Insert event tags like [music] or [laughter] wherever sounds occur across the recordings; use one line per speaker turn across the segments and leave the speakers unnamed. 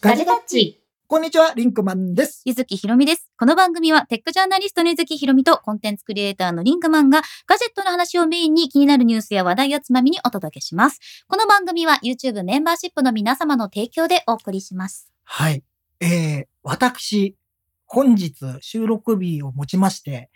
ガジェタッチ。
こんにちは、リンクマンです。
ゆずきひろみです。この番組はテックジャーナリストのゆずきひろみとコンテンツクリエイターのリンクマンがガジェットの話をメインに気になるニュースや話題をつまみにお届けします。この番組は YouTube メンバーシップの皆様の提供でお送りします。
はい。えー、私、本日収録日をもちまして、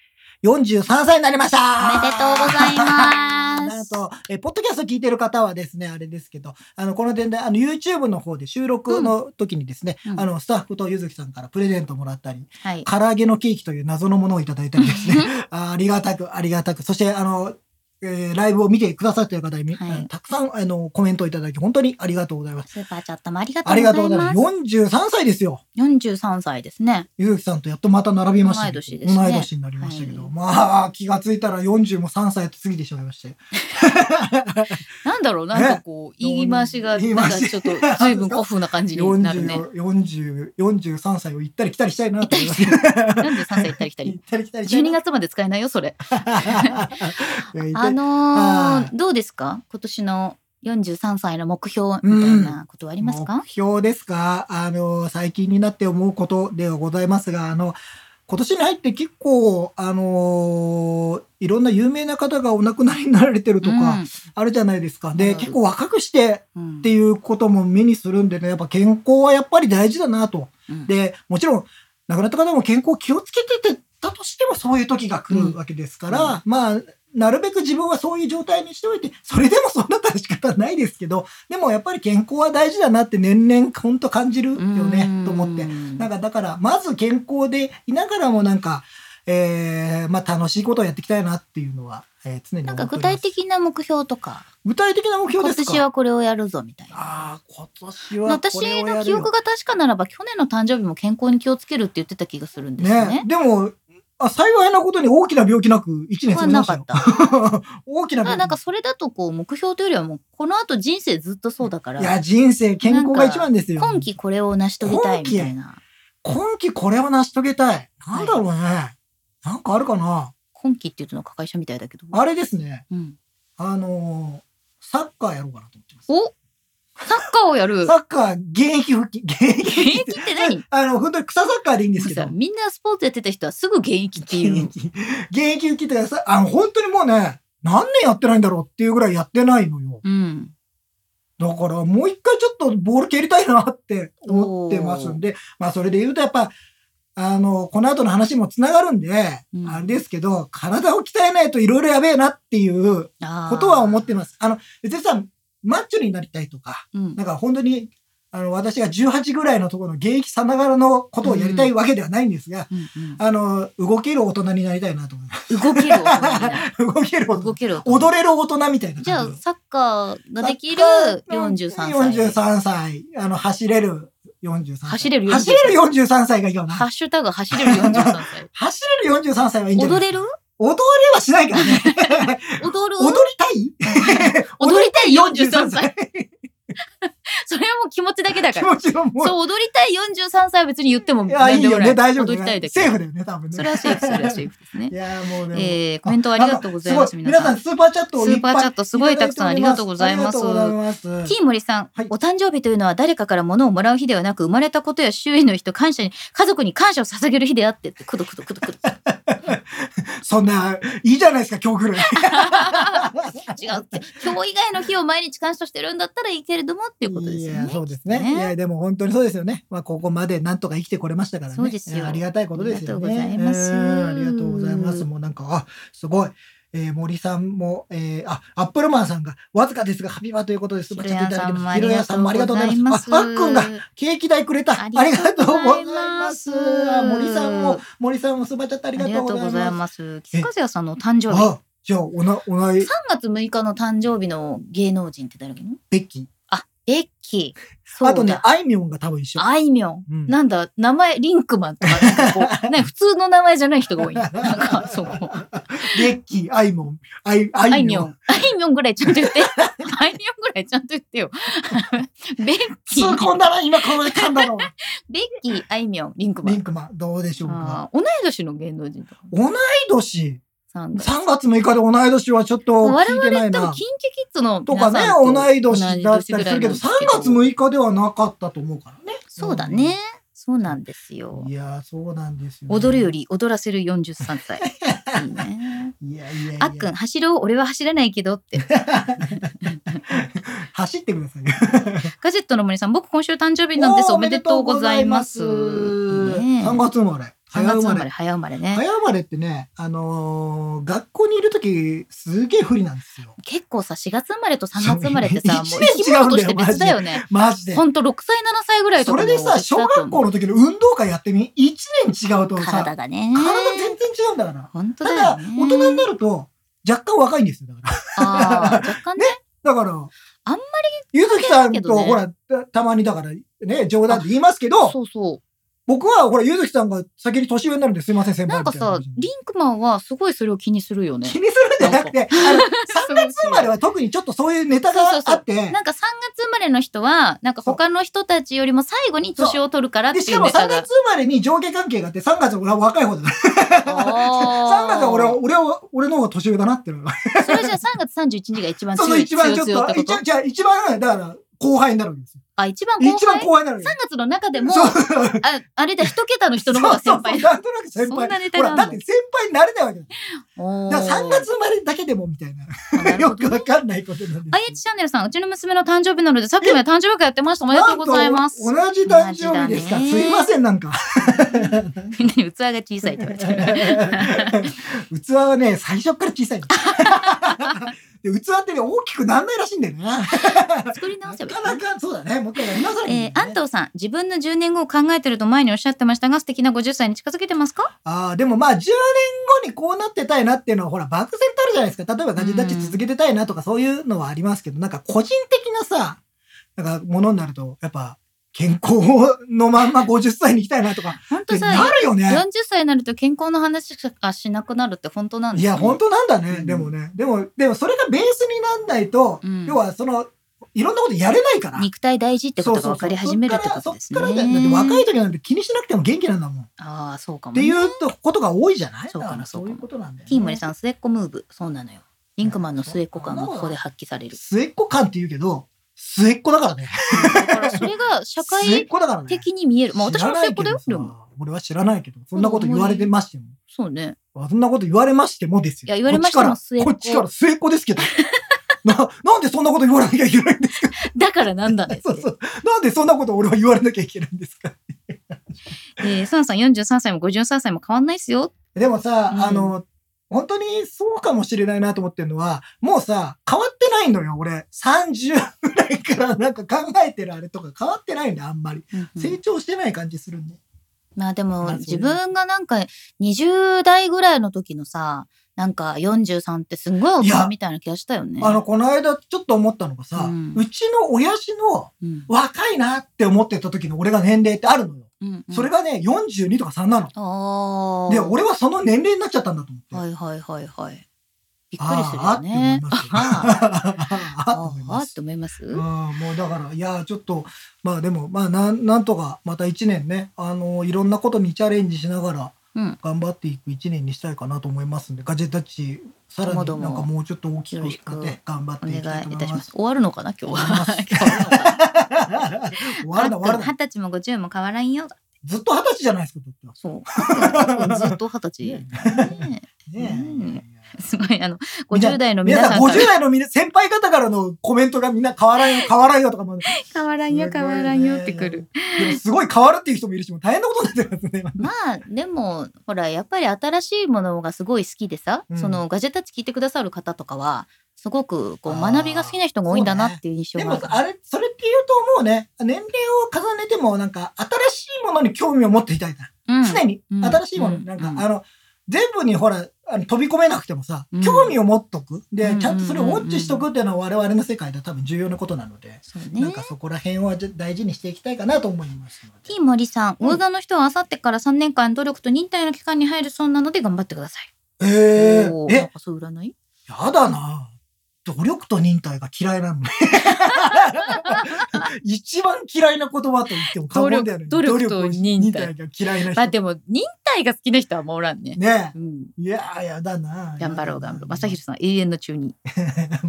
43歳になりました
おめでとうございます
なんと、えーポッドキャスト聞いてる方はですね、あれですけど、あの、この点で、あの、YouTube の方で収録の時にですね、
うんうん
あの、スタッフとゆずきさんからプレゼントもらったり、
[laughs] はい。
唐揚げのケーキという謎のものをいただいたりです
[laughs]
ね、あーありがたく、ありがたく、そして、あの、えーライブを見てくださっている方に、
はい
たくさん、あの、コメントをいただき、本当にありがとうございます。
スーパーチャットもありがと
ありがとう
う
ご
ご
ざ
ざ
い
い
ま。
ますす。
43歳ですよ。
43歳ですね。
ゆうきさんとやっとまた並びましたけど。
同い年ですね
同い年になりましたけど。
は
まあ、気がついたら40も3歳と過ぎてしまいまして。
なんだろう、なんかこう、言い回しが、
言い
なん
回
か
し
ちょっと随分古風な感じになるね。
40、40 43歳を行ったり来たりしたいなと思います。行
43歳行ったり来た [laughs]
行
り。
ったり来たりしたい
12
な。
月まで使えないよ、そ
[laughs]
れ。
いや行った
あ
り
の
は
ー、どうですか今年の43歳の目標みたいなことはありますか
目標ですかあの、最近になって思うことではございますが、あの、今年に入って結構、あのいろんな有名な方がお亡くなりになられてるとか、あるじゃないですか。
あ
で、
る
結構若くして
うん、
っていうことも目にするんでね、やっぱ健康はやっぱり大事だなと。
うん、
で、もちろん、亡くなった方も健康気をつけててたとしてもそういう時が来るわけですから、
うん
まあ、なるべく自分はそういう状態にしておいて、それでもそんなったら仕方ないですけど、でもやっぱり健康は大事だなって年々ほんと感じるよね、と思って。なん
か、
かだから、まず健康でいながらもなんか、えーまあ楽しいことをやっていきたいなっていうのは、えー常に
な
思
ん
ってお
か
ります
具体的な目標とか、
具体的な目標
今
ですか
年はこれをやるぞみたいな。
ああ、今年はこれ
私
をやるよ
の記憶が確かならば、去年の誕生日も健康に気をつけるって言ってた気がするんですよ
ね
ね。
でも、あ幸いなことに大きな病気なく1年過
は
ぎま
な
した
か
よ
っ。た。
[laughs] 大きな
まあ
病
なんか
気。
それだとこう目標というよりはもうこの後人生ずっとそうだか
い
ら
や、人生、健康が
なんか
一番ですよ。
今期これを成し遂げたいみたいな
今期これを成し遂げたい。なんだろうね。なんかあるかな。
今期って言うとの加害者みたいだけど、
あれですね。
うん、
あのーサッカーやろうかなと思ってます。
おサッカーをや
[laughs]
る
サッカー現役復帰。現役
現
復帰
役って何
あの、本当に草サッカーでいいんですけど
さ。みんなスポーツやってた人はすぐ現役ってい
現
う。
役。現役復帰ってさ、あの、本当にもうね、何年やってないんだろうっていうぐらいやってないのよ。
うん。
だからもう一回ちょっとボール蹴りたいなって思ってますんで、まあそれで言うとやっぱ、あの、この後の話にもつながるんで、
うん
あれですけど、体を鍛えないといろいろやべえなっていう
あー
ことは思ってます。あの、別にさ、マッチョになりたいとか、
うん
なんか本当に、あの、私が18ぐらいのところの現役さながらのことをやりたいわけではないんですが、
うん
[laughs]
うん
あの、動ける大人になりたいなと思
[laughs]
います。
動ける大人になる
動ける大
動
人。
ける大人
踊れる大人みたいな感
じゃあ
で
サッカーができる43歳
43歳。あの、走れる43歳。
走れる43
走れる43歳がいいよな。
ハッシュタグ走れる43歳
[laughs] 走れる43歳はいいんじゃない
踊れる
踊れはしないからね。
[laughs] 踊る
踊りたい
[laughs] 踊
[laughs]
りたい
43
43歳。 [laughs] それはもう気持ちだけだか
気
ら。
持ちの [laughs] もう。
そう、踊りたい43歳は別に言っても
いや、い
何
い
でも
よ
ない。
ね。大丈夫だ
踊りた
よ
い
ね。
だ
セー
け。
フだよね、多分ね。
それはシェイク、それはシェイクですね
い。や、もうでも。
えー、コメントありがとうございます。
あのご
皆さん。
スーパーチャットをいっぱい
スーパーチャットすごいたくさんありがとうございます
ありがとうございます。
T 森さん、
はい
お誕生日というのは誰かから物をもらう日ではなく、生まれたことや周囲の人、感謝に、家族に感謝を捧げる日であってって、くどくどくどくど。
そんな、いいじゃないですか、今日ぐらい。
違
[laughs]
うって。今日以外の日を毎日感謝してるんだったらいいけれどもっていうことですよ
いや
ね。
そうですね
ね
いやでも本当にそうですよね、まあ、ここまでなんとか生きてこれましたからね
そうですよ
いやありがたいことですよね
ありがとうございます
うんありがとうございますもうなんかあすごい、えー、森さんも、えー、あアップルマンさんがわずかですがハピバということです
ひろやんさんもあ
ひ
り
ろや
が
さ
と
ん
う
もありがとう
ご
ご
ざ
ざ
い
いま
ますす。
ああっくんがケーキ代くれたあ
あ
り
り
が
が
と
と
う
う
ござ
ござ
い
い
ま
ますす
森さんも森さんもスーパーチャットあ
あ
り
り
が
が
と
と
う
う
ご
ご
ざ
ざ
い
い
ます
ます。キスカズヤさんのお誕生日。3
あじゃあおなおない
月6日の誕生日の芸能人って誰なの
ベッキー
あ、ベッキー。そうだ
あとね、あいみょんが多分一緒
あいみょん。
うん
なんだ、名前、リンクマンとか、なん
[laughs]
かこう、ね、普通の名前じゃない人が多い。なんか、そう。あ
ベッキーあいみょんあいあ
いみょん。あいみょんぐらいちゃんと
[laughs]
言って。あいみょんぐらいちゃんと言ってよ。 [laughs] ベッキ
痛
ー、
恨だな、今これ噛んだの。
ベッキー、あいみょん、リンクマ
リン
ン。
クマン、どうでしょうか。
あー同い年の芸能人とか。
同い年。
さんが
3月6日で同い年はちょっと聞いてない
多分、
な。
キンキキッズの
とか
皆
ね
さん、
同い年だったりするけど、
同い年ぐらいなんです
3月6日ではなかったと思うからね。
そうだね。そうなんですよ。
いやーそうなんですよ、
踊るよ
り
り踊らせる43歳。
[laughs]
いいね。
いやいやいや
あっくん、走ろう。俺は走れないけどって。
走ってください
ガジェットの森さん、僕今週誕生日なんです。おめでとうございます。ねえ
3月生まれ
3
早生
月生
ま
まれ、
れ
早生まれね。
早生まれってね、あのー学校にいる時すげえ不利なんですよ。
結構さ、4月生まれと3月生まれってさ、もう
そう
生き物として
一年違うん
別
だ
だ
よ
よね。
マジで
ほ。んと6歳、7歳ぐらいと
そ
か
れでさ、小学校の時の運動会やってみ ?1 年違うとさ、体
体がね。
全然違うんだから。
ほんとだ
ただ、
よ
大
ね。
人になると若干若いんですよ。だから。
ああ、若干ね。
だから、
あんまり
ゆずきさん
関係な
と、
い
ほ
けど
ら、たたまにだから、ね、冗談で言いますけど、
そうそう。
僕はほら、ゆずきさんが先に年上になるんですいません、先輩
なんか
みたい
さ、リンクマンはすごいそれを気にするよ
[laughs]
ね。
気にするんじゃなくて、あの、3月生まれは特にちょっとそういうネタが
そうそうそう
あって、
なんか3月生まれの人は、なんか他の人たちよりも最後に年を取るからって
で、
い
しか
う
も
ネタ
3
が
月。生まれに上下関係があって、3月は俺は若い方だな。3
3
月は俺は、俺は、俺の方が年上だなっていうのが。
それじゃあ3月31日が一番
そ
強
の
い
一番ちょ
強
っ
強っ
と、
てこ
一
と
番、じゃあ一番、だから、後輩になるんですよ。
あ、一番後輩
一番後輩になるんで
3
すよ。
月の中でも、
そう
ああれだ、一桁の人の方が先
そうそ
輩
うそう
だ。
なんとなく先
そんな
輩。
ネタ
ほ
があ
ら、
ん
だ
の
って先輩になれないわけだ
おー
だから3月生まれだけでもみたいな。
あなるほ
よ
ど
くわかんないことなんです。
あやちチャンネルさん、うちの娘の誕生日なので、さっきまで誕生日会やってました。おめでとうございます。
なんと同じ誕生日ですか。
同
す
じだね
いません、なんか。
みんなに器が小さいって言われ
[laughs]
てる。
器はね、最初から小さい
[laughs]
の。で器ってね、大きくなんないらしいんだよね。
作り直せ
な
ば
か
いい
な
かな。
か、そうだね。もう一回やりなさい、
え
ね
ー、。安藤さん、自分の10年後を考えてると前におっしゃってましたが、素敵な50歳に近づけてますか
ああ、でもまあ、10年後にこうなってたいなっていうのは、ほら、漠然とあるじゃないですか。例えば、ガジェタッチ続けてたいなとか、そういうのはありますけど、なんか、個人的なさ、なんか、ものになると、やっぱ、健康のまんま50歳に行きたいなとか、っ
本当
て
さ、
なるよね。
40歳になると健康の話しかしなくなるって本当なんで
い
す
や、本当なんだね。
うん
でもね。でも、でも、それがベースになんないと、
うん
要は、その、いろんなことやれないから。
肉体大事ってことが分かり始めるってことですね。
そうそうそうそっからだよだって若い時なんて気にしなくても元気なんだもん。っ
ああ、そうかも、
て
ね。
いうとことが多いじゃない
そうかな
だら
そ
そう
うかな
いうことなんだよ、ね。
ティーモリさん、末っ子ムーブ。そうなのよ。リンクマンの末っ子感がここで発揮される。
末っ子感って言うけど、末っ子だからね。
だからそれが社
末っ
会
子だからね。
的に見える。まあ私も末っ子だよ、
知
で
らないけど
も。
さ俺は知らないけど、そんなこと言われてましても。
そうね。
あそんなこと言われましてもですよ。
いや言われまして
こ
も
っちから
末っ
こ
子
っちから末っ子ですけど。 [laughs] な、なんでそんなこと言われなきゃいけないんですか。
[laughs] だからなんだね [laughs]
そうそう。なんでそんなこと俺は言われなきゃいけないんですか
えー、サンさん43歳も53歳も変わんないっすよ。
でもさ、
うん
あの、本当にそうかもしれないなと思ってるのは、もうさ、変わってないのよ、俺。30ぐらいからなんか考えてるあれとか変わってないんだよ、あんまり。成長してない感じするんで。
まあで
まあ
も
そうね
自分がなんか20代ぐらいの時のさ、なんか43ってすごい大
いや
人みたいな気がしたよね。
あの、この間ちょっと思ったのがさ、う
う
んちの親父の
うん
若いなって思ってた時の俺が年齢ってあるのよ。
うんうん
それがね、42とか3なの。
ああ。
で、俺はその年齢になっちゃったんだと思って。
はいはいはいはい。びっくりする
あ
よね。
あ [laughs] あって思い
あ
ま
あっ
す
て。思います。
うん、もうだから、いや、ちょっと、まあでも、まあなん、なんとか、また1年ね、あの、いろんなことにチャレンジしながら、
うん。
頑張っていく1年にしたいかなと思いますんで、ガジェタッチ、さら
とも
に
ども
なんかもうちょっと大きくし
よ
て、
ろし
ね、頑張っ
お
ていきた
願
いと
いい
思
た
い
し
ま
ますす。。終わるのかな今日は。 [laughs]
[laughs] 終わるな、終わる
二
な。
十歳も50も変わらんよ。
ずっと二十歳じゃないですか、だって
そう。ずっと二十歳。 [laughs] ね
ねえ
う
い
ん
やいや
えすごい、あの、
みんな
50代の皆
皆
さ
さ
ん
ん、
から
50代のみな先輩方からのコメントがみんな変わらんよ、変わらんよとかも。
変わらんよ、変わらんよってくる。
でもすごい変わるっていう人もいるし、もう大変なことになってますね。
まあ、でも、ほら、やっぱり新しいものがすごい好きでさ、
うん
そのガジェタッチ聞いてくださる方とかは、すごくこう
あー
学びが好きな人が多いんだなっていう印象
で
があ
も
る。
あれそれって言うともうね年齢を重ねてもなんか新しいものに興味を持っていたいな、
うん
常に
うん
新しいもの、
うん
なんか、
うん
あの全部にほらあの飛び込めなくてもさ、
うん
興味を持っとく
うんうんうん
で
うん
ちゃんとそれをウォッチしとくっていうのは我々の世界では多分重要なことなので、
そう
な
ね
ん。かそこら辺はじゃ大事にしていきたいかなと思いますので
T 森さん、
うん
大座の人はあさってから3年間努力と忍耐の期間に入るそうなので頑張ってください。
え
お
ー、
ーなん
え
かそう占い
やだな努力と忍耐が嫌いなの一番嫌いな言葉と言っても過言ではない
努力努力と忍耐
が嫌い
[laughs]
な人
まあでも、忍耐が好きな人はもうおらんね。
ね
うん。
え。いやー、やだな。
頑張ろう頑張ろう。まさ
さ
ひ
ひ
ろさん、永遠の中に。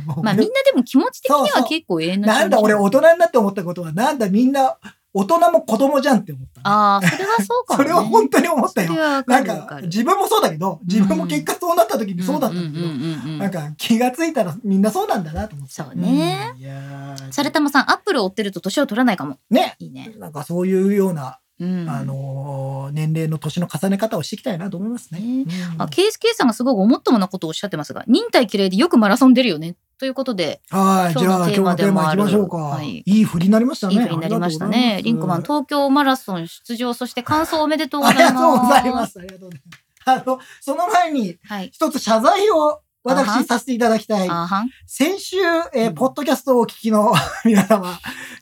もう
まあみんなでも気持ち的に
そう
は
そう
結構永遠の中に。
なんだ俺大人になって思ったことは、なんだみんな大人も子供じゃんって思った、
[laughs] ああ、それは [laughs] そうかも、
そ
ね。
れは本当に思った
そ
よ
れ。はわ
な
か
ん
るわか
か、
る。
自分もそうだけど、自分も結果そうなった時にそうだったんだけど、
ん
なんか気がついたらみんなそうなんだなと思って。
そうね
うん。いやー
されたまさん、アップルを追ってると年を取らないかも。
ね。
いいね。
なんかそういうような、
うん。
あのー年齢の年の重ね方をしていきたいなと思いますね。
ね
うん
あ、ケースケイさんがすごく思っともなことをおっしゃってますが、忍耐綺麗でよくマラソン出るよね。ということで、
はい、じゃあ今日の
今日の
テ
テー
ー
マ
マ
で
行きま
もある
しょうか。
はい
い、い振りになりました
い
ね。
いふうになりましたね。リンクマン、
う
東京マラソン出場、そして感想おめでとうご
あ
ざ
りが
い
とうご
ます。
ざいます。ありがとうございます。あの、その前に
はい。
一つ謝罪を
あはん
私させていただきたい。
あーはん。
先週、えー
うん
ポッドキャストをお聞きの [laughs] 皆様、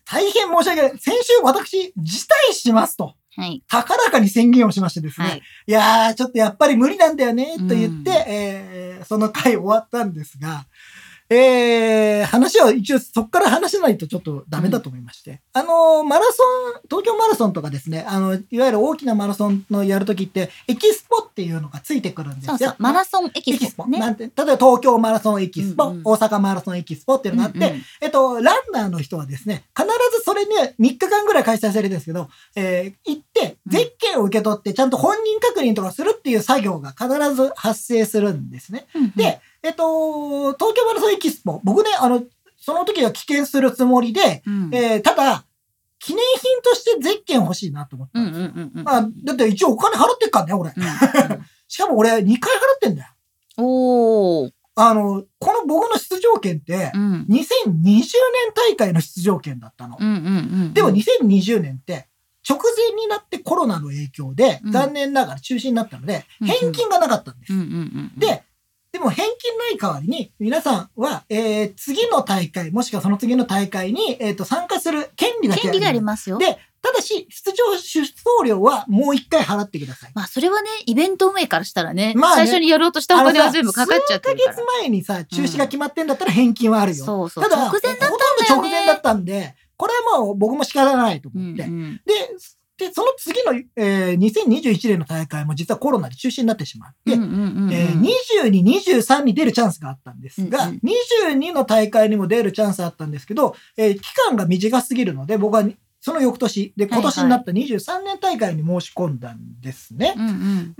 大変申し訳ない。先週私、辞退しますと、
はい。
高らかに宣言をしましてですね、、
はいい。
やー、ちょっとやっぱり無理なんだよね、と言って、
うん
えーその回終わったんですが、えー話は一応そこから話さないとちょっとダメだと思いまして、あのーマラソン、東京マラソンとかですね、あの、いわゆる大きなマラソンのやるときって、エキスポっていうのがついてくるんです
そ
よ。
うそう。マラソンエキ
エキ
ス
ス
ポ
ポ、
ね。
なんて例えば東京マラソンエキスポ、
うんうん
大阪マラソンエキスポっていうのがあって、
うんうん
えっと、ランナーの人はですね、必ずそれね、3日間ぐらい開催されるんですけど、えー行って、
うん
ゼッケンを受け取って、ちゃんと本人確認とかするっていう作業が必ず発生するんですね。
うんうん
で、えっと、東京マラソンエキスポ、僕ね、あの、その時は棄権するつもりで、
うん
えーただ、記念品としてゼッケン欲しいなと思った
うんんう
ですよ。
んうんうん。
まあ、だって一応お金払ってっからね、俺。
うん
しかも俺、2回払ってんだよ。
おー。
あの、この僕の出場権って
う、ん。
2020年大会の出場権だったの。
うんうんうん。
でも2020年って、直前になってコロナの影響で
う、ん
残念ながら中止になったので、
うんうん
返金がなかったんです。
うんうんうんうん。
で、でも返金ない代わりに、皆さんは、えー次の大会、もしくはその次の大会に、えーと、参加する権利だけ
権利があり
ま
ますよ。
で、ただし、出場、出走料はもう一回払ってください。
まあ、それはね、イベント運営からしたらね、
まあね
最初にやろうとしたお金は全部かかっちゃってるか
数ヶ月
ら。
前にさ、中止が決まってんだったら返金はあるよ。
そうそ
た
う。
だ、
直前だっ
ほとんど直前だったんで、これはもう僕も仕方ないと
う
思っ
ん
て。
うん
で、で、その次の、えー2021年の大会も実はコロナで中止になってしまって、
うんうんうんうん。
えー22、23に出るチャンスがあったんですが、
うんうん
22の大会にも出るチャンスあったんですけど、えー期間が短すぎるので、僕はにその翌年、で、今年になった23年大会に申し込んだんですね。
うんうん。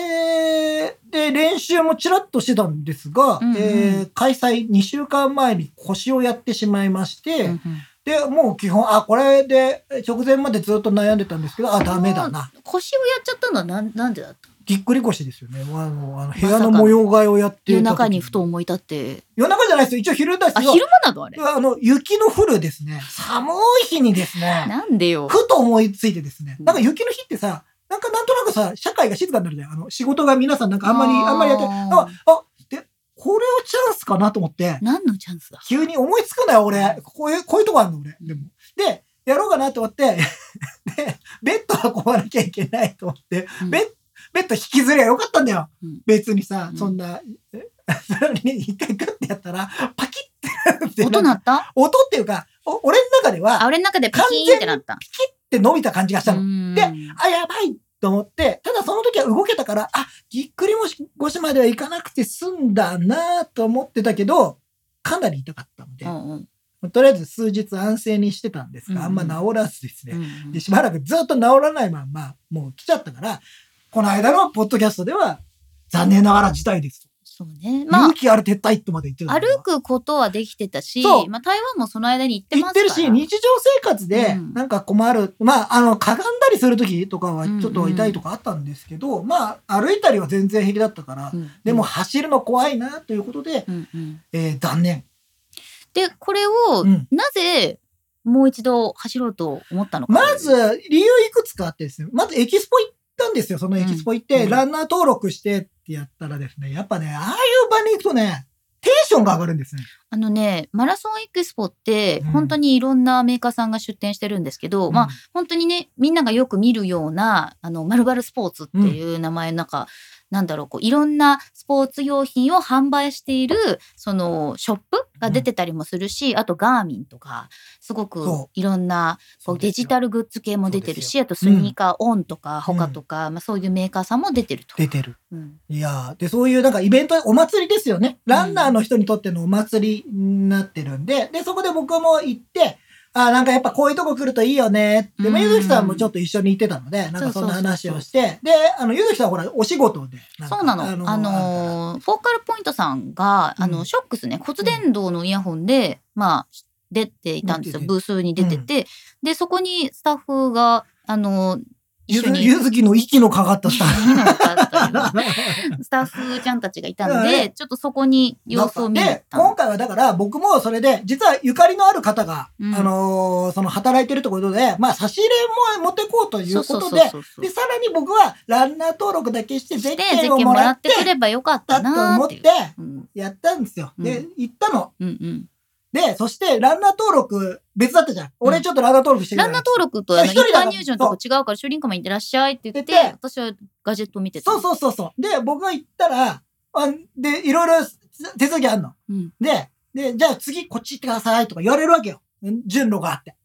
で、で、練習もちらっとしてたんですが、
うんうん
えー開催2週間前に腰をやってしまいまして、
うんうん
で、もう基本、あ、これで直前までずっと悩んでたんですけど、あ、ダメだな。
腰をやっちゃったのはなんなんでだった
ぎっくり腰ですよね。あの、あの部
さかの
屋の模様替えをやっていた時
夜中にふと。思い立って。
夜中じゃないですよ。一応昼だし
あ、昼間なのあれ。
あの、雪の降るですね。寒い日にですね、
なんでよ。
ふと思いついてですね。
うん
なんか雪の日ってさ、なんかなんとなくさ、社会が静かになるじゃん。あの、仕事が皆さんなんかあんまり、
あー
あんまりやってない。あ、あ、で、これをチャンスかなと思って、
何のチャンスだ
急に思いつくなよ、俺。こういう、こういうとこあるの、俺。でも。で、やろうかなと思 [laughs] って、で、ベッド運ばなきゃいけないと思って、
うん
ベッ、ベッド引きずりゃよかったんだよ。
うん
別にさ
う、ん
そんな、 [laughs] えそれに一回グッてやったら、パキッて
音鳴った
音っていうか、お俺の中で
あ、
は、
俺の中でピキーンってなった。
ピキッて伸びた感じがしたの。
うん
であ、やばいと思って、ただその時は動けたから、あ、ぎっくり腰腰まではいかなくて済んだなと思ってたけど、かなり痛かったので
う、んうん
とりあえず数日安静にしてたんですが、
うんう
あ
ん
んま治らずです
う
ね。
ん
で、しばらくずっと治らないまんま、もう来ちゃったから、この間のポッドキャストでは、残念ながら辞退です。
そうね。まあ
勇、気ある撤退とまで言ってたんだ
歩くことはできてたし
そ、う
まあ、台湾もその間に行って
言
ま
っ
すか
て
ら。
るし、日常生活で
うん
なんか困る、まあ、あの、かがんだりするときとかは
うんうん
ちょっと痛いとかあったんですけど、まあ、歩いたりは全然平気だったから、
うん
でも、走るの怖いなということで、
うんうん
えー断念。
で、これを、
うん
なぜ、もう一度走ろうと思ったのか。
まず、理由いくつかあってですね、まずエキスポ行ったんですよ。そのエキスポ行って、
うん
ランナー登録してってやったらですね、やっぱね、ああいう場に行くとね、テンションが上がるんですね。
あのね、マラソンエキスポって、
うん
本当にいろんなメーカーさんが出店してるんですけど、まあ、本当にね、みんながよく見るような、あの、まるスポーツっていう名前の中、なんだろう、こう、いろんなスポーツ用品を販売している、その、ショップが出てたりもするし、あと、ガーミンとか、すごく
そう
いろんな、こ
そうう
デ
です
ジ
よ
タルグッズ系も出てるし、あとスニーカー、オンとか、他とか、まあ、そういうメーカーさんも出てると。
出てる。
うん
いやーで、そういうなんかイベント、お祭りですよね。ランナーの人にとってのお祭りになってるんで、で、そこで僕も行って、あなんかやっぱこういうとこ来るといいよね。で、
うん
まあゆずきさんもちょっと一緒にいてたので、なんかそんな話をして、で、あの、ゆずきさんはほら、お仕事で。なんか
そうなの。あの
あ
ーフォーカルポイントさんが、あ
うん
の、ショックスね、骨伝導のイヤホンで、まあ、出ていたんですよ。
出てて
ブースに出てて。で、そこにスタッフが、あのー、
ゆ
一
ず
緒に。
ゆずきの息のかかったさ。
一緒になんかあったよスタッフちゃんたちがいたの
うんう
で、ちょっとそこに様子を見に行っ
で、
た
今
の。
回はだから僕もそれで、実はゆかりのある方が、
うん
あのーその働いてるところで、まあ差し入れも持ってこうとい
そうう
こ
そう
と
そ
で、
うそう。
で、さらに僕はランナー登録だけして、ゼッ
で、
ケ
ゼ
ンを
ッケン
も
も
ら
ら
っ
ってて、くればよかっ
だ
た
と
な
思
ー
っ
って
て
いう。、うん
やったんですよ。で、行ったの。
うんうん。
で、そしてランナー登録、別だったじゃん。俺ちょっとランナー登録してくれ
ランナー登録とあの
一
一
人だから
般入場のとこ違うから、シュリンカマン行ってらっしゃいって言って
言って、
私はガジェット見てた。
そうそうそうそう。で、僕が行ったら、あで、いろいろ手続きあんの。
うん。
で、で、じゃあ次こっち行ってくださいとか言われるわけよ。ん順路があって。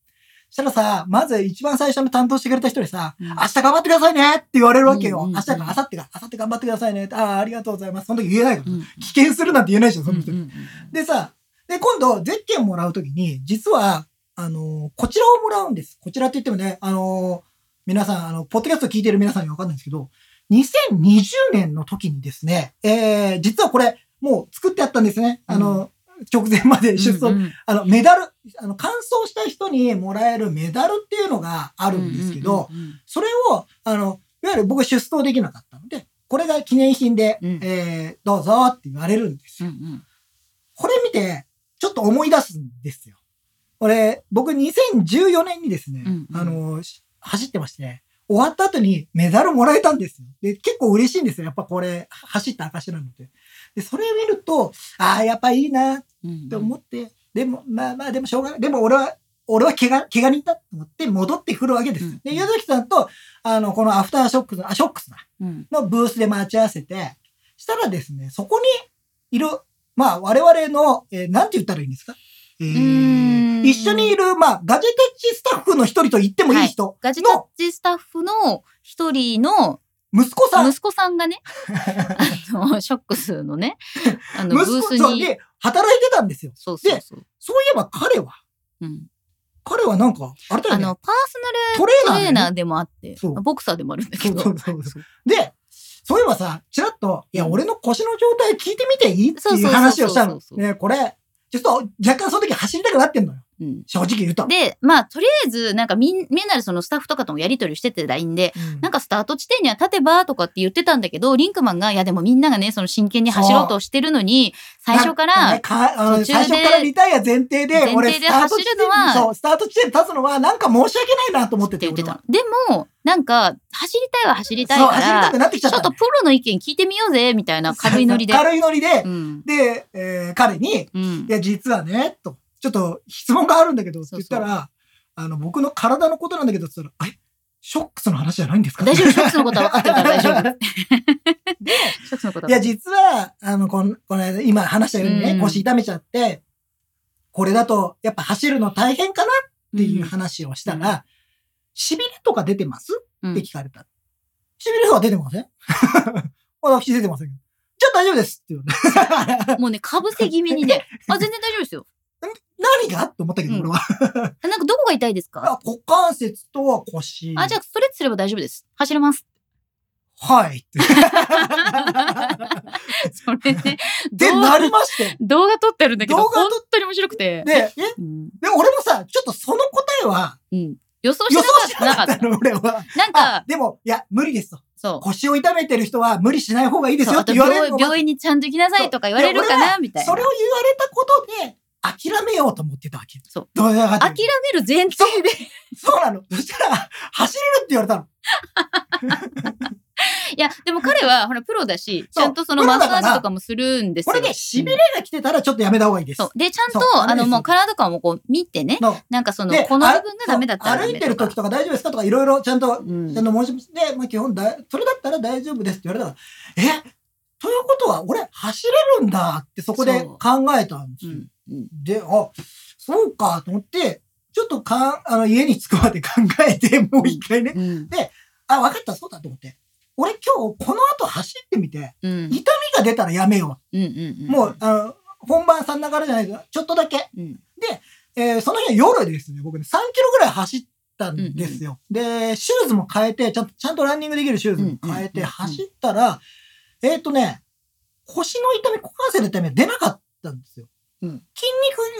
したらさ、まず一番最初の担当してくれた人にさ、
うん
明日頑張ってくださいねって言われるわけよ。
うんうんうん
明日か、明後日か、明後日頑張ってくださいねって。ああ、ありがとうございます。その時言えないから。
うん
危険するなんて言えないじゃん、その人。
うんうんうん
でさ、で、今度、ゼッケンもらうときに、実は、あのーこちらをもらうんです。こちらって言ってもね、あのー皆さん、あの、ポッドキャスト聞いてる皆さんにわかんないんですけど、2020年の時にですね、えー、実はこれ、もう作ってあったんですね。あの、直前まで出走、
うんうん
あの、メダル、あの、完走した人にもらえるメダルっていうのがあるんですけど、
うんうん
それを、あの、いわゆる僕は出走できなかったので、これが記念品で、
うん
えー、どうぞって言われるんですよ
うんうん
これ見て、ちょっと思い出すんですよ。俺、僕2014年にですね、
うんうん
あの、し走ってまして、終わった後にメダルもらえたんですよ。で、結構嬉しいんですよ。やっぱこれ、走った証なので。で、それ見ると、ああ、やっぱいいなっ
うんうん
て思って、でも、まあまあ、でもしょうがない。でも俺は、俺は怪我、怪我人だと思って戻ってくるわけですよ。
うん
で、ゆずきさんと、あの、このアフターショックスの、あ、ショックスだ。
うん
のブースで待ち合わせて、したらですね、そこにいる、まあ我々の、えーなんて言ったらいいんですか、えー
ーん
一緒にいる、まあガジェテッチスタッフの一人と言ってもいい人の
ガジェタッチスタッフの一人の
息子さん、
息子さん
[laughs]
がね、あの、ショックスのね、あの、ブー
息
ス
子さん
に、
で働いてたんですよ。
そうそうそう。
そういえば彼は、
うん、
彼はなんか、あれだよ
あ
ね、
の、パーソ
トレー
ナ
ナーだ
ルトレ
よね、
ーナーでもあって、
そう
ボクサーでもあるんだけ
そ
ど
う、そうそうそう。で、そういえばさ、ちらっと、いや、俺の腰の状態聞いてみていいって
そう
い
そ
う
うそうそう
話をしたの
そう。そう
ね、これ、ちょっと若干その時走りたくなってんのよ。
うん
正直言うと。
で、まあ、とりあえず、なんかみん、みんなでそのスタッフとかともやりとりしてて LINE で、
うん
なんかスタート地点には立てばとかって言ってたんだけど、リンクマンが、いやでもみんながね、その真剣に走ろうとしてるのに、最初か
なん
ら、
かねかあの
途中で
最初からリタイア前提で、
前提で
俺スタート地点
走るの
に、
は
そう、スタート地点に立つのは、なんか申し訳ないなと思って
って
て、
言って
俺
た
は。
でも、なんか、走りたいは走りたい
そう、
か
走りた
ら、
くなってきち
ち
ゃっ
ょ
た
っ
の
と
よ。
プロの意見聞いてみようぜ、みたいな軽いノリで。
そう軽いノリで
う、ん。
で、えー彼に、
うん
い。や、実はね、と、ちょっと質問があるんだけど、って
そ
言
う
っ
そ
た
う
ら、あの、僕の体のことなんだけど、って言ったら、え、ショックスの話じゃないんですか
大丈夫、ショックスのことは分かってるから大丈
夫。 [laughs]
夫。ショックスのことはい
や、実は、あの、この、この間、今話したようにね、
うん
腰痛めちゃって、これだと、やっぱ走るの大変かなっていう
うん
話をしたら、しびれとか出てます
うん
って聞かれた。しびれとか出てません [laughs] 私出てませんけど。じゃあ大丈夫ですって言うの
もうね、かぶせ気味
[laughs]
にね、あ、全然大丈夫ですよ。
何がと思ったけど、
うん
俺は。
あなんかどこが痛いですか
あ股関節と腰。
あ、じゃあストレッチすれば大丈夫です。走
[laughs]
れます。
はい。っ
[laughs]
て
それね、
で、
どう
なりま
[laughs]
して。
動画撮ってるんだけど、
動画撮
本当に面白くて。
で、え、で、
うん
俺もさ、ちょっとその答え
[laughs]
は、
うん予想
予想し
して
な
な
か
か
っ
ったた。
の、俺
[laughs]
は。
なん
あ
か、、
でも、いや、無理ですと。
そう。
腰を痛めてる人は無理しない方がいいです
そう
よ
あ
って
と
言われ
病
るのが
病院にちゃんと行きなさいとか言われるか
いや俺
なみたい
そ
な
れを。言われたことで、諦めようと思ってたわけ。
そう
どうやら
諦める前提で。
そうなの。そしたら、走れるって言われたの。
いや、でも彼は、ほら、プロだし、ち
そう
ゃんとその
プ
マ
ロ
ッ
だか
サ
ら
ージとかもするんです
こ
よ。
れで、痺れが来てたらちょっとやめた方がいいです。
そう。で、ちゃんと
そう、
あ
ダメで
の、
す
もう体とかもこう見てね。
の
なんかその、
で
この部分がダメだった
あ
ら
そう
ダ
歩い
メ
てる
とか
時とか大丈夫ですかとかいろいろちゃんと、
うん
ちゃんと申しで、まあ基本だ、それだったら大丈夫ですって言われたから、えということは俺走れるんだってそこで
そ
考
う
えたんです
う
よ。
んうん
で、あ、そうかと思って、ちょっとかん、あの、家に着くまで考えて、もう一回ね。
うん
あ、分かった、そうだと思って。俺今日この後走ってみて、
うん
痛みが出たらやめよ
うんうん
う。もう、あの、本番さん流れじゃないけど、ちょっとだけ。
うん
で、えーその日は夜ですね、僕ね、3キロぐらい走ったんですよ。で、シューズも変えて、ちゃんと、ちゃんとランニングできるシューズも変え
うんうんうんう
て、
ん
走ったら、えっ、とね、腰の痛み、股関節の痛みが出なかったんですよ。
うん
筋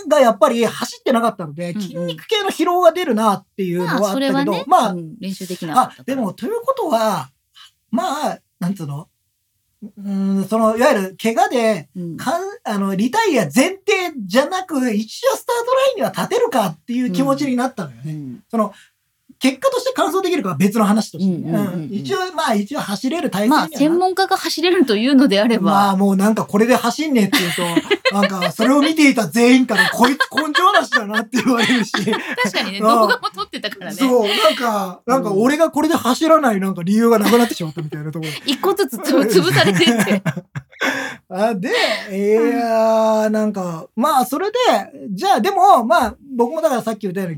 肉がやっぱり走ってなかったので、
うんうん
筋肉系の疲労が出るなっていうの
ま
はあ
あ、
った
そ
け
れ
ど、
はね、
まあ、
うん練習できなかった
あ
から。
でも、ということは、まあ、なんつうのうーん、その、いわゆる、怪我で、
うん、
かん、あの、リタイア前提じゃなく、一応スタートラインには立てるかっていう気持ちになったのよね。
うん
結果として完走できるかは別の話として。
うんうんうんうん
一応、まあ、一応走れる体制には
ま
な
あ、専門家が走れるというのであれば、
まあ、もうなんかこれで走んねえって言う
[laughs]
と、なんか、それを見ていた全員から、こいつ [laughs] 根性なしだなって言われるし。
確かにね、
まあ
動画も撮ってたからね、
そう、なんか、なんか俺がこれで走らないなんか理由がなくなってしまったみたいなところ。
一個ずつつぶ潰され
[laughs]
てって。
あで、いやー、なんか、まあ、それで、じゃあ、でも、まあ、僕もだからさっき言ったように、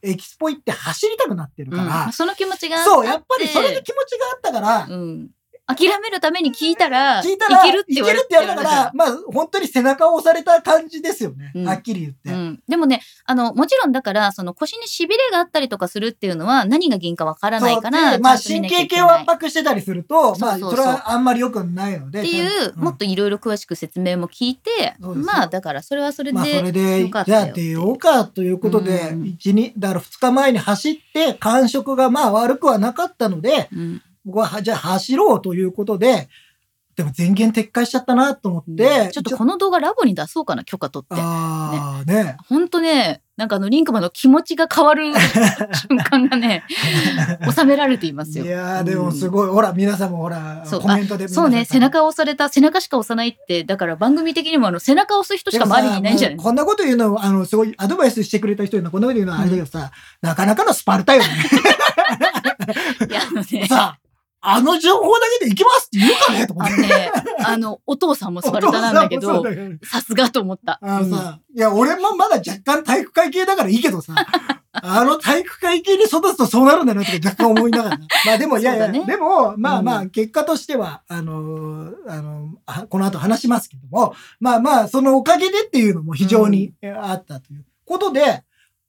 エキスポ行って走りたくなってるか
う
ら
ん、その気持ちがあって。
そう、やっぱりそれで気持ちがあったから、
うん。諦めるために聞いたら、
聞いたら、
いけるって言わ
い
れ
けるって言われたから、まあ、本当に背中を押された感じですよね。
うん
はっきり言って。
うん、でもねあのもちろんだからその腰にしびれがあったりとかするっていうのは何が原因かわからないか
そう
ら
でまあ、
ちゃんと
神
見なきゃ
経
いけ
系
ない
を圧迫してたりすると、まあ、
そう
それ
そうそう
はあんまり良くないので。
っていう、
うん
もっといろいろ詳しく説明も聞いて、
そうです
まあだからそれはそれで、
まあ、それで
よかっ、た
じ
よ
ゃあ出ようかということで
う、ん
一日だから2日前に走って、感触がまあ悪くはなかったので、
うん
僕は、はじゃあ走ろうということで、でも全言撤回しちゃったなと思って、
ちょっとこの動画ラボに出そうかな許可取って
ああ、ね。
ほんとねなんかあのリンクマンの気持ちが変
[laughs]
わる瞬間がね収められていますよ
いやーでもす
い、
ごい、ほら、皆さんもほら、
そう
コメントで皆
うん
さん。
そうね背中を押された背中しか押さないってだから番組的にもあの背中を押す人しか周りにいないんじゃな
で
い
もさこんなこと言うの、あの、すごいアドバイスしてくれた人にはこんなこと言うのはあれだけどさ、なかなかのスパルタよね。
いやあのね
さあ、あの情報だけで行きますって言うかねと思っ
あ
て
の。ねあのお父さんもスパルタなんだけ
お
ど
父さんもそうだけ
さすがと思った。
あの
うん
さ、いや、俺もまだ若干体育会系だからいいけど
[laughs]
さ、あの体育会系に育つとそうなるんだなって若干思いなが
[laughs]
らな。まあでも、いやいや、
そうだね
でも、まあま
う
あ、結果としては、あのーあのーあこの後話しますけども、まあまあ、そのおかげでっていうのも非常にえあったということで、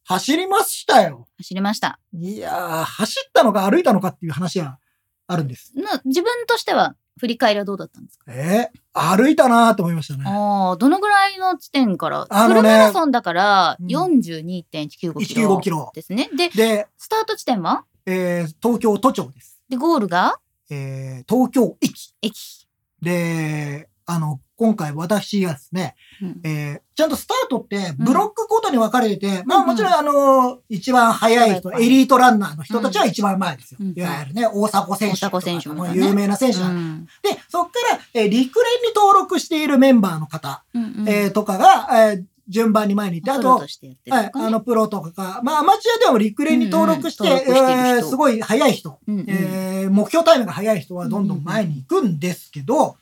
走りましたよ。
走りました。
いやー、走ったのか歩いたのかっていう話はあるんです。
な自分としては振り返りはどうだったんですか
えー歩いたなーと思いましたね。
ああ、どのぐらいの地点から、
あ
フ
のね
ルマラソンだから
うん
42.195キロ
195キロ。
ですね。で、
で、
スタート地点は
えー東京都庁です。
で、ゴールが
えー東京駅。
駅。
で、あの、今回私がですね、
うん
えーちゃんとスタートってブロックごとに分かれてて、まあもちろんあのー一番速い人、
うん
エリートランナーの人たちは一番前ですよ。
うん
いわゆるね、大迫選手とか。
大迫選手とかね
もう有名な選手なんで、そっから、えー陸連に登録しているメンバーの方、えーとかが、えー順番に前に行って、あ
あ
と
と、してやってる
はい
と、かね
あの、プロとか、まあ、アマチュアでも陸連に登録して、
うんうん登録してる人
えーすごい速い人、
うんうん
えー目標タイムが早い人はどんどん前に行くんですけど、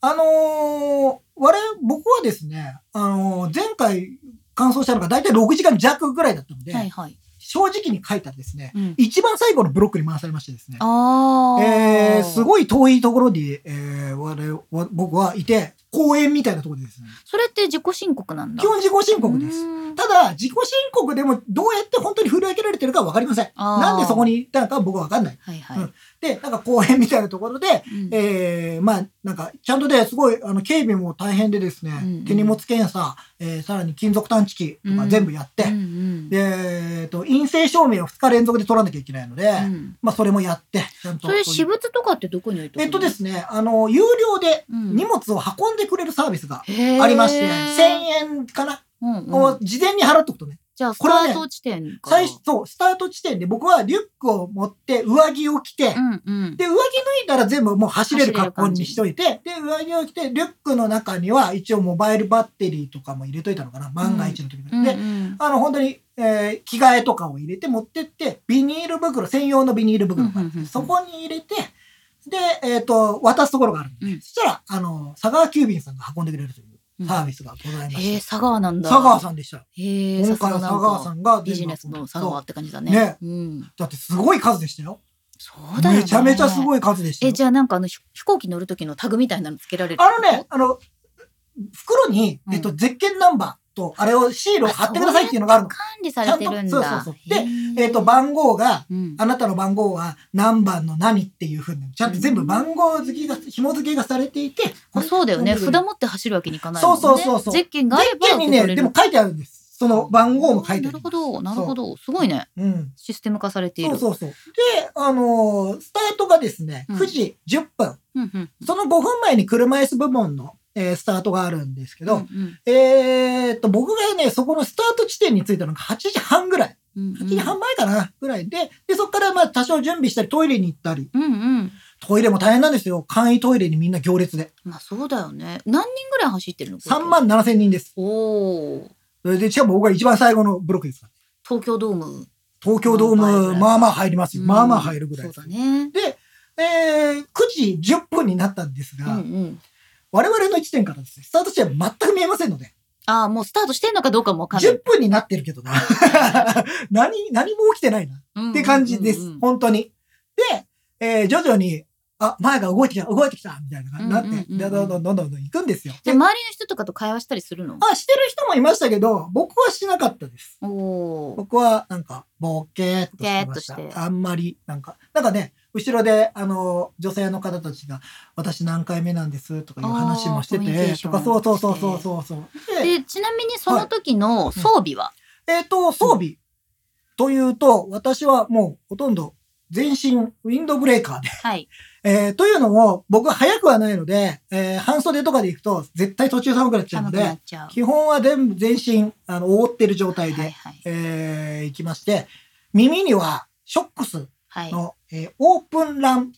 あのー我々、僕はですね、あのー前回完走したのが大体6時間弱ぐらいだったので、
はいはい。
正直に書いたらですね、
うん
一番最後のブロックに回されましてですね、
ああ。
えーす
い。
ごい遠いところに、えー我々は僕はいて、公園みたいなところでですね、
それって自己申告なんだ。
基本自己申告です。
うん
ただ、自己申告でもどうやって本当に振り分けられてるか分かりません。
あー
なんでそこに行ったのか僕は分かんない。
はいはい。
で、なんか公園みたいなところで、
うん
ええまあ、なんか、ちゃんとで、すごい、あの、警備も大変でですね、
うんうん
手荷物検査、えーさらに金属探知機と
う
か
ん
全部やって、
うんうん
で、えーと、陰性証明を2日連続で取らなきゃいけないので、
うん
まあ、それもやって、ちゃんと。
それ私物とかってどこに置いて。
えっとですすね、あの、有料で
うん
荷物を運んでくれるサービスが
へー
ありまして、1000円かな、
うんうん
を事前に払っとくとね、
じゃあ、スタ
これはね
ート地点から。
最初、そう、スタート地点で僕はリュックを持って、上着を着て、
うんうん。
で、上着脱いだら全部もう走れる格好にしといて、で、上着を着て、リュックの中には一応モバイルバッテリーとかも入れといたのかな、万が一の時
うん
に。
う
で、
ん
あの、本当に、えー着替えとかを入れて持ってって、ビニール袋、専用のビニール袋があって
うんうんうんうん
そこに入れて、で、えっ、と、渡すところがあるんで、
うん
そしたら、あの、佐川急便さんが運んでくれるという
うん
サービスがございま
へえ、
して、
佐川なんだ。
佐川さんでした。
へえ、
今
さす
回
が
は
な
佐
ん
川さ
か。
んが
ビ
全部
ジネスの佐川って感じだね。
ね
うん。
だってすごい数でしたよ。
そうだよね。
めちゃめちゃす
い。
ごい数でしたよ
え、じゃあなんかあの、ひ飛行機乗る時のタグみたいなのつけられる
あのね、あの、袋に、えっと、
う
ゼッケンナンバーと、あれを、シールを貼ってくださいっていうのがあるの。
管理されてるんだ。
ちゃんとそうそうそうで
へー
えっ、と、番号が、
うん
あなたの番号は何番の何っていうふうに、ちゃんと全部番号付きが、紐付けがされていて、
まあそうだよね。
これ
札持って走るわけにいかないもんね。
そうそうそうそう
ゼッケンがあれば
ゼッケンにね、でも書いてあるんです。その番号も書いてある
なる。ほど、なるほど。すごいね。
うん。
システム化されてい
そ
る。
うそうそう。で、あのースタートがですね、
うん
9時10分。
うんうん
その5分前に車椅子部門の、えースタートがあるんですけど、
うん
えーっと、僕がね、そこのスタート地点に着いたのが8時半ぐらい。
うん
8時半前かなぐらいで、で、そこからまあ多少準備したり、トイレに行ったり。
うんうん。
トイレも大変なんですよ。簡易トイレにみんな行列で。
まあそうだよね。何人ぐらい走ってるの
3。万7千人です。
おお。
それで、しかも僕が一番最後のブロックですから。
東京ドーム。
東京ドー
まあまあ
ム、
ぐらい
まあまあ入りますよ。まあまあ入るぐらい
うん
です
そうだね。
えー、9時10分になったんです
うん
が、
うん。
我々の地点からですね、スタート地点は全く見えませんので、
ああ、もうスタートしてんのかどうかもわかんない。
10分になってるけどな。 [laughs] 何、何も起きてないな。
っ
って感じです。本当に。で、えー徐々に、あ、前が動いてきた、動いてきたみたいな感じになって、
うんうんうんうん
でどんどんどんどんどん行くんですよ。で、
で周りの人とかと会話したりするの
あ、してる人もいましたけど、僕はしなかったです。
おおー。
僕は、なんか、ボケーっとしてまし
ぼけーっとして
た。あんまり、なんか、なんかね、後ろで、あの、女性の方たちが、私何回目なんですとかいう話もして
あーコミュニケー
て、
ショ
と
ン
か、そうそうそうそうそうそう。で、
で、ちなみにその時の装備は、
えっ、と、装備というと、私はもうほとんど全身ウィンドブレーカーで
はい。
えーというのも、僕は早くはないので、えー半袖とかで行くと絶対途中寒くなっちゃうの
寒くな
で
っ、ちゃう。
基本は全部全身あの覆ってる状態で、
はいはい
えー行きまして、耳にはショックス
はい。
の、えーオープンラン、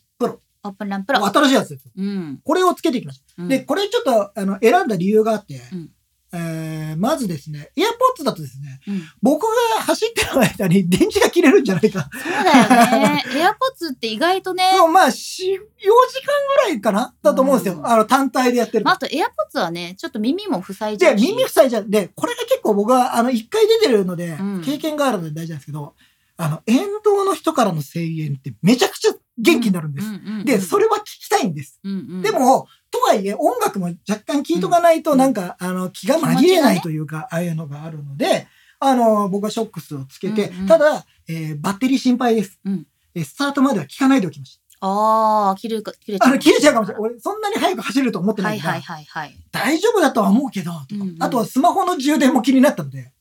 オープンランプロ。
新しいやつです。
うん。
これをつけていきまし
う
た。
ん
で、、これちょっとあの選んだ理由があって、
うん
えーまずですね、エアポッツだとですね、
うん
僕が走ってる間に [laughs] 電池が切れるんじゃないか
そうだよね。 [laughs] エアポッツって意外とね、
でもまあ、4、4時間ぐらいかなだと思うんですよ。
うん
あの、単体でやってると
まあ、あとエアポッツはね、ちょっと耳も塞いじゃ
で、
うし。
耳塞いじゃう。で、これが結構僕は、あの、一回出てるので
うん、
経験があるので大事なんですけど、あの、沿道の人からの声援ってめちゃくちゃ元気になるんです。
うんうんうん
で、それは聞きたいんです。
うんうん
でも、とはいえ、音楽も若干聞いとかないと、
うん
なんか、あの、気が紛れないというか、ああいうのがあるので、あの、僕はショックスをつけて、
うんうん
ただ、えーバッテリー心配です。
うん
えースタートまでは聞かないでおきました。
ああ、切れるか、切れちゃ
あ
う。
の、切れちゃうかもしれない。俺、そんなに早く走ると思ってな
はいい
から、
はいはいはい。
大丈夫だとは思うけど、とか
うんうん
あとはスマホの充電も気になったので、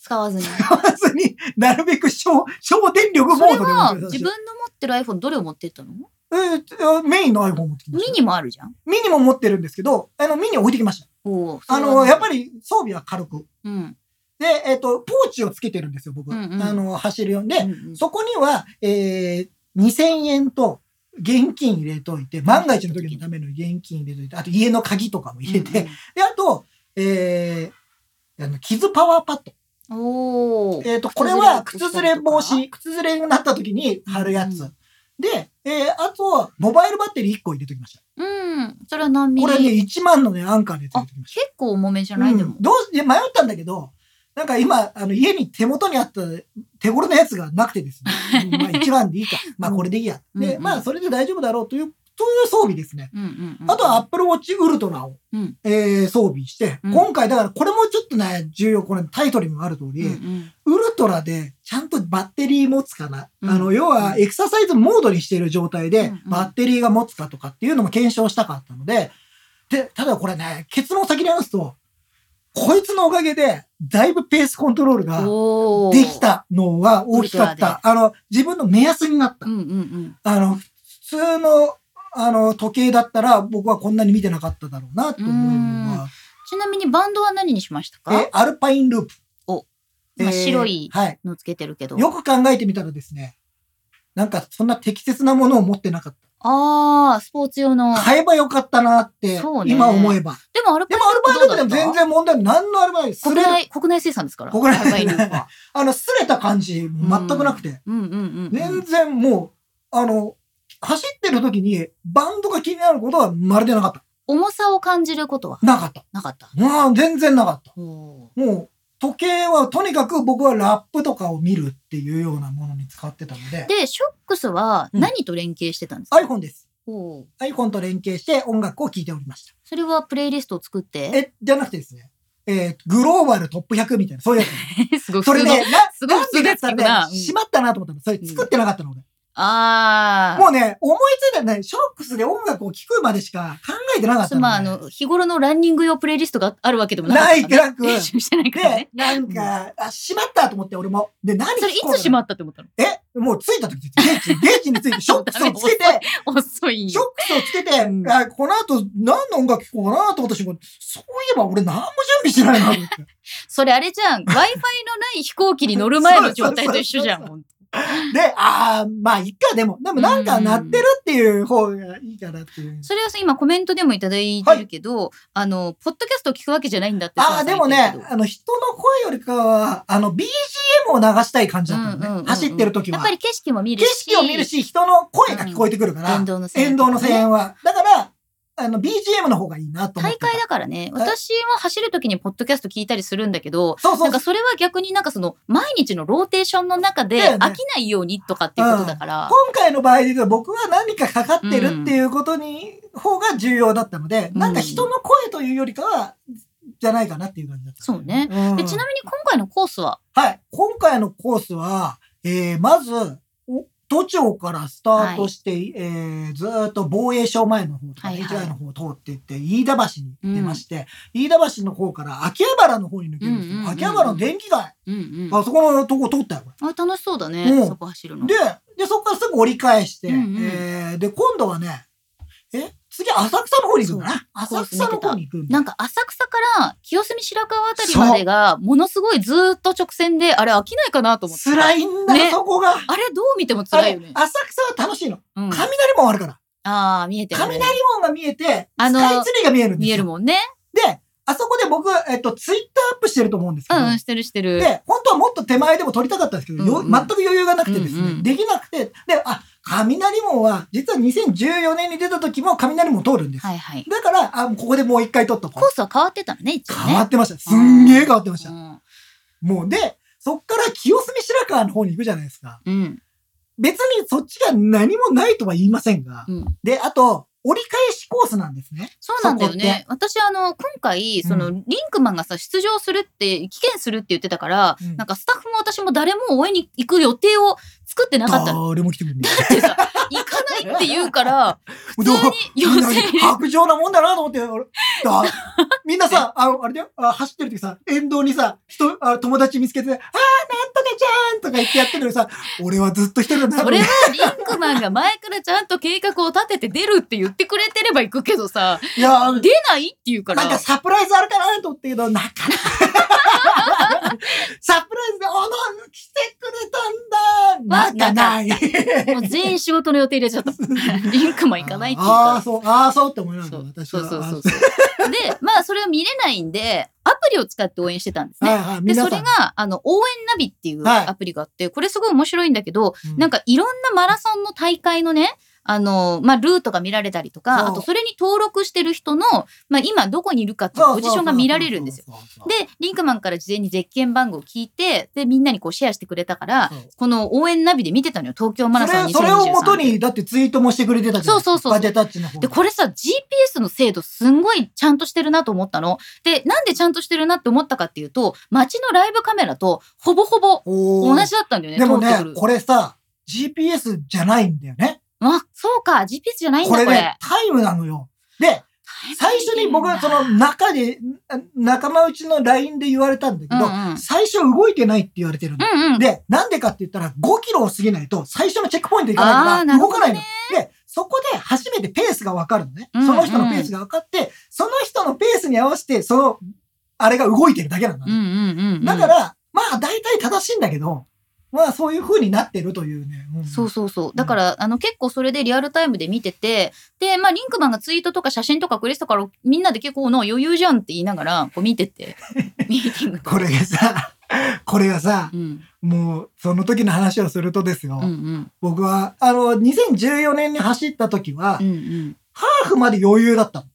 使わず
[laughs]
に。
まずになるべく省、省電力モー
それ
ドで
は、
持って
自
き
分
まし
の持ってる iPhone どれを持ってったの
た。えーメインの iPhone 持ってきま
ミ
した。
ニもあるじゃん。
ミニも持ってるんですけど、あの、ミニ置いてきました。
おー
あの、やっぱ
り。
り装備は軽く。
うん。
で、えっ、と、ポーチをつけてるんですよ、僕。
うんうん
あの、走るように。で、
うんうん
そこには、えー、2000円と、現金入れといて、万が一の時のための現金入れといて、あと家の鍵とかも入れて、で、あと、えー、あの、傷パワーパッド。
うんうんおお。
えっ、と、これは
靴
靴
ず
ず
れ
れ
を
防
防
止、靴ずれになった時に貼るやつ。
うんう
で、えーあと、モバイルバッテリー1個入れときました。
うん。それは何ミリ
これね、1万のね、アンカーで入れ
あ
ときま、し
結構重めじ
た。
ゃない、で
う
も
ん。どうし、いや迷ったんだけど、なんか今、あの、家に手元にあった手頃のやつがなくてですね。うんまあ、1万でいい
[laughs]
か。まあ、これでいいや。
うんうん
で、
うん
まあ、それで大丈夫だろうという、という装備ですね。
うんうんうん
あとは Apple Watch Ultra を、
うん
えー装備して、
うん
今回だからこれもちょっとね、重要、これタイトルにもある通り、
うんうん
ウルトラでちゃんとバッテリー持つかな。
うん
あの、要はエクササイズモードにしている状態
う
で
んうん
バッテリーが持つかとかっていうのも検証したかったので、で、ただこれね、結論を先に話すと、こいつのおかげで、だいぶペースコントロールが
おー
でき。たのは大きかっ
ウルトラ
た。あの、自分の目安になった
う。んうんうん。
あの、普通の、あの、時計だったら僕はこんなに見てなかっただろうなと思うのが、
ちなみにバンドは何にしましたか
え、アルパインループ。
おまあ
えー
白い
はい。
のつけてるけど。
よく考えてみたらですね、なんかそんな適切なものを持ってなかっ
ああ、スポーツ用の
た。。買えばよかったなって
そう、ね
今思えば。
でもアルパ
で
イ
もアルバイト
ループ
で
どう
も
だっ
全
た
然問題ない。何のアルバイト
国
すれ
内、国内生産ですから。
国内
アルパイループは
[laughs] あの、すれた感じ、全くなくて。
うんうんうんうん。
全然もう、あの、走ってる時にバンドが気になることはまるでなかった。
重さを感じることは
なかった。
なかった。
まあ、全然なかった。
おー
もう、時計はとにかく僕はラップとかを見るっていうようなものに使ってたので、
で、ショックスは何と連携してたんですか、
iPhone です。
おー
iPhone と連携して音楽を聴いておりました。
それはプレイリストを作って
え、じゃなくてですね、えーグローバルトップ100みたいな、そういうや
[laughs]
つ。
すごい
そ
普
れ
通
で、
の。
ね、な
すごい
なんでだったらね
普通のやつ聞くなうん
しまったなと思ったの。それ作ってなかったの、俺。
ああ。
もうね、思いついたね、ショックスで音楽を聴くまでしか考えてなかったの、ね。
まあ、あの、日頃のランニング用プレイリストがあるわけでもなかっ
な
た
い
からね。
楽。
練習してないから
で
ね。、
なんか、あ、しまったと思って、俺も。で、何
それいつしまったって思ったの
えもう着いた時、ゲージ、ゲージについて、
[laughs]
ショックスをつけて、
遅い
ショッ
よ。
クスをつけて、
うん
あこの後何の音楽聴こうかなと思った瞬間、そういえば俺何も準備してないなと思って。
それあれじゃん。
[laughs]
Wi-Fi のない飛行機に乗る前の状態と一緒じゃん。
そう
ほんと
で、ああ、まあ、いっか、でも、でもなんか鳴ってるっていう方がいいかなっていう。
それはさ、今コメントでもいただいてるけど、あの、ポッドキャストを聞くわけじゃないんだってさ
ああ、でも
言っ
ね
てるけ、ど
あの、人の声よりかは、あの、BGM を流したい感じだったのね。
うんうんうんうん
走ってる時
や
は
っぱ。り景色も見る
景
し。
色を見る。し、人の声が聞こえてくるから、
沿道の声
沿
援
道の声援は。だから、あの、BGM の方がいいなと思っ
大
てた。
会だからね。
はい
私は走る時にポッドキャスト聞いたりするんだけど、
そうそ
な
うん
かそれは逆になんかその、毎日のローテーションの中で
だよね
飽きないようにとかっていうことだから。
今回の場合で言うと僕は何かかかってるっていうことに、方が重要だったので、
うん
なんか人の声というよりかは、じゃないかなっていう感じだった。
そうね
うん
でちなみに今回のコースは、
はい。今回のコースは、えー、まず、お都庁からスタートして、えー、ずーっと防衛省前の方とか、
はいはい
HI の方を通っていって、飯田橋に出まして、飯田橋の方から秋葉原の方に抜けるんですよ。
うんうんうんうん
秋葉原の電気街、
うんうん
あそこのとこ通ったよ、これ。
あ楽しそうだね、
うん
そこ走るの。
で、で、そこからすぐ折り返して、
うんうん
えーで、今度はね、え次、浅草の方に行くんだな。
そう
浅草の方に行くんだ。
なんか浅草から清澄白河あたりまでがものすごいずーっと直線であれ飽きないかなと思ってた
辛いんだよ、
ね
そこが。
あれどう見ても辛いよね
あ。れ浅草は楽しいの。
うん、
雷門あるから。
ああ見えてる、
雷門が見えて、
あの
スカイツリーが見えるんですよ。
見えるもんね。
で、あそこで僕、えっと、ツイッターアップしてると思うんですけ
う
ど、
んうんしてるしてる。
で、本当はもっと手前でも撮りたかったんですけど、よ
うんう
全
ん
く余裕がなくてですね、
うんうん
できなくて、で、あ、雷門は、実は2014年に出た時も雷門通るんです。
はいはい。
だから、あ、ここでもう一回撮っとこ
コー
う。
スは変わってたのね一応ね。
変わってました。すんげえ変わってました。
うん
もう、で、そっから清澄白河の方に行くじゃないですか。
うん
別にそっちが何もないとは言いませんが、
うん、
で、あと、折り返しコースなんですね。
そうなんだよ
そこっ
ね。私あの今回その、
う
リンクマンがさ出場するって棄権するって言ってたから、
うん
なんかスタッフも私も誰も応援に行く予定を作ってなかったの。
誰も来てくれない。
だってさ行かないって言う [laughs] から普通に予
みんな
選
白状なもんだなと思って、俺だみんなさ、あの、あれだよ、あ走ってる時さ、沿道にさ、人、あ友達見つけて、あー、なんとかちゃんとか言ってやってるのにさ、俺はずっと一人だなと
そ
思っ
れ
て
はリンクマンが前からちゃんと計画を立てて出るって言ってくれてれば行くけどさ、
いやー
出ないって言うから
なん、かサプライズあるかなと思ったけど、なか
[laughs]
なか。サプライズで、あの、来てくれたんだ。なんかない。
もう全員仕事の予定入れち
[laughs]
ゃった。リンクマン行かないって言う
ああー、
か
そう、ああ、そうって思いなが
ら。そ
ら、
う
私
そ
は。
うそうそうそう。で、まあそれは見れないんで、アプリを使って応援してたんです
あはい
ね。
はい、
で、
皆
そ
さん。
れが、あの、応援ナビっていう
はい
アプリがあって、これすごい面白いんだけど、
うん
なんかいろんなマラソンの大会のね、あの、まあ、ルートが見られたりと
そ
か、
う
あとそれに登録してる人の、まあ、今どこにいるかっていうポジションが見られるんですよ。
そうそうそうそう。
で、リンクマンから事前にゼッケン番号を聞いて、で、みんなにこうシェアしてくれたから
そう、
この応援ナビで見てたのよ、東京マラソン2023。
それそれをもとに、だってツイートもしてくれてたじゃん。
そうそうそう
バジェタッチの方
で、これさ、GPS の精度すんごいちゃんとしてるなと思ったの。で、なんでちゃんとしてるなって思ったかっていうと、街のライブカメラとほぼほぼ
お
同
ー
じだったんだよね、
でも
通っ
ね
てく、る
これさ、GPS じゃないんだよね。
あ、そうか、GPS じゃないん
こ
だ、
れ
これ。
ね、タイムなのよ。で、最初に僕はその中で、仲間内の LINE で言われたんだけど、
うんうん
最初動いてないって言われてるの。
うんうん。
で、なんでかって言ったら、5キロを過ぎないと、最初のチェックポイント行かな
あー
いか
な
ら、
るほ
動
ど
か
ね
ないの。で、そこで初めてペースが分かるのね。
うんうん
その人のペースが分かって、その人のペースに合わせて、その、あれが動いてるだけなの。
うんうんうんうん。
だから、まあ、大体正しいんだけど、まあ、そういう風になってるというね。うん
そうそうそう。だから、あの、結構それでリアルタイムで見てて、で、まあ、リンクマンがツイートとか写真とかくれてたから、みんなで結構、の余裕じゃんって言いながら、こう見
[laughs]
てて、ミーティングとか
これがさ、 [laughs] これがさ
う、ん、
もう、その時の話をするとですよ。
うんうん
僕は、あの、2014年に走った時は、
うんうん。
ハーフまで余裕だったの。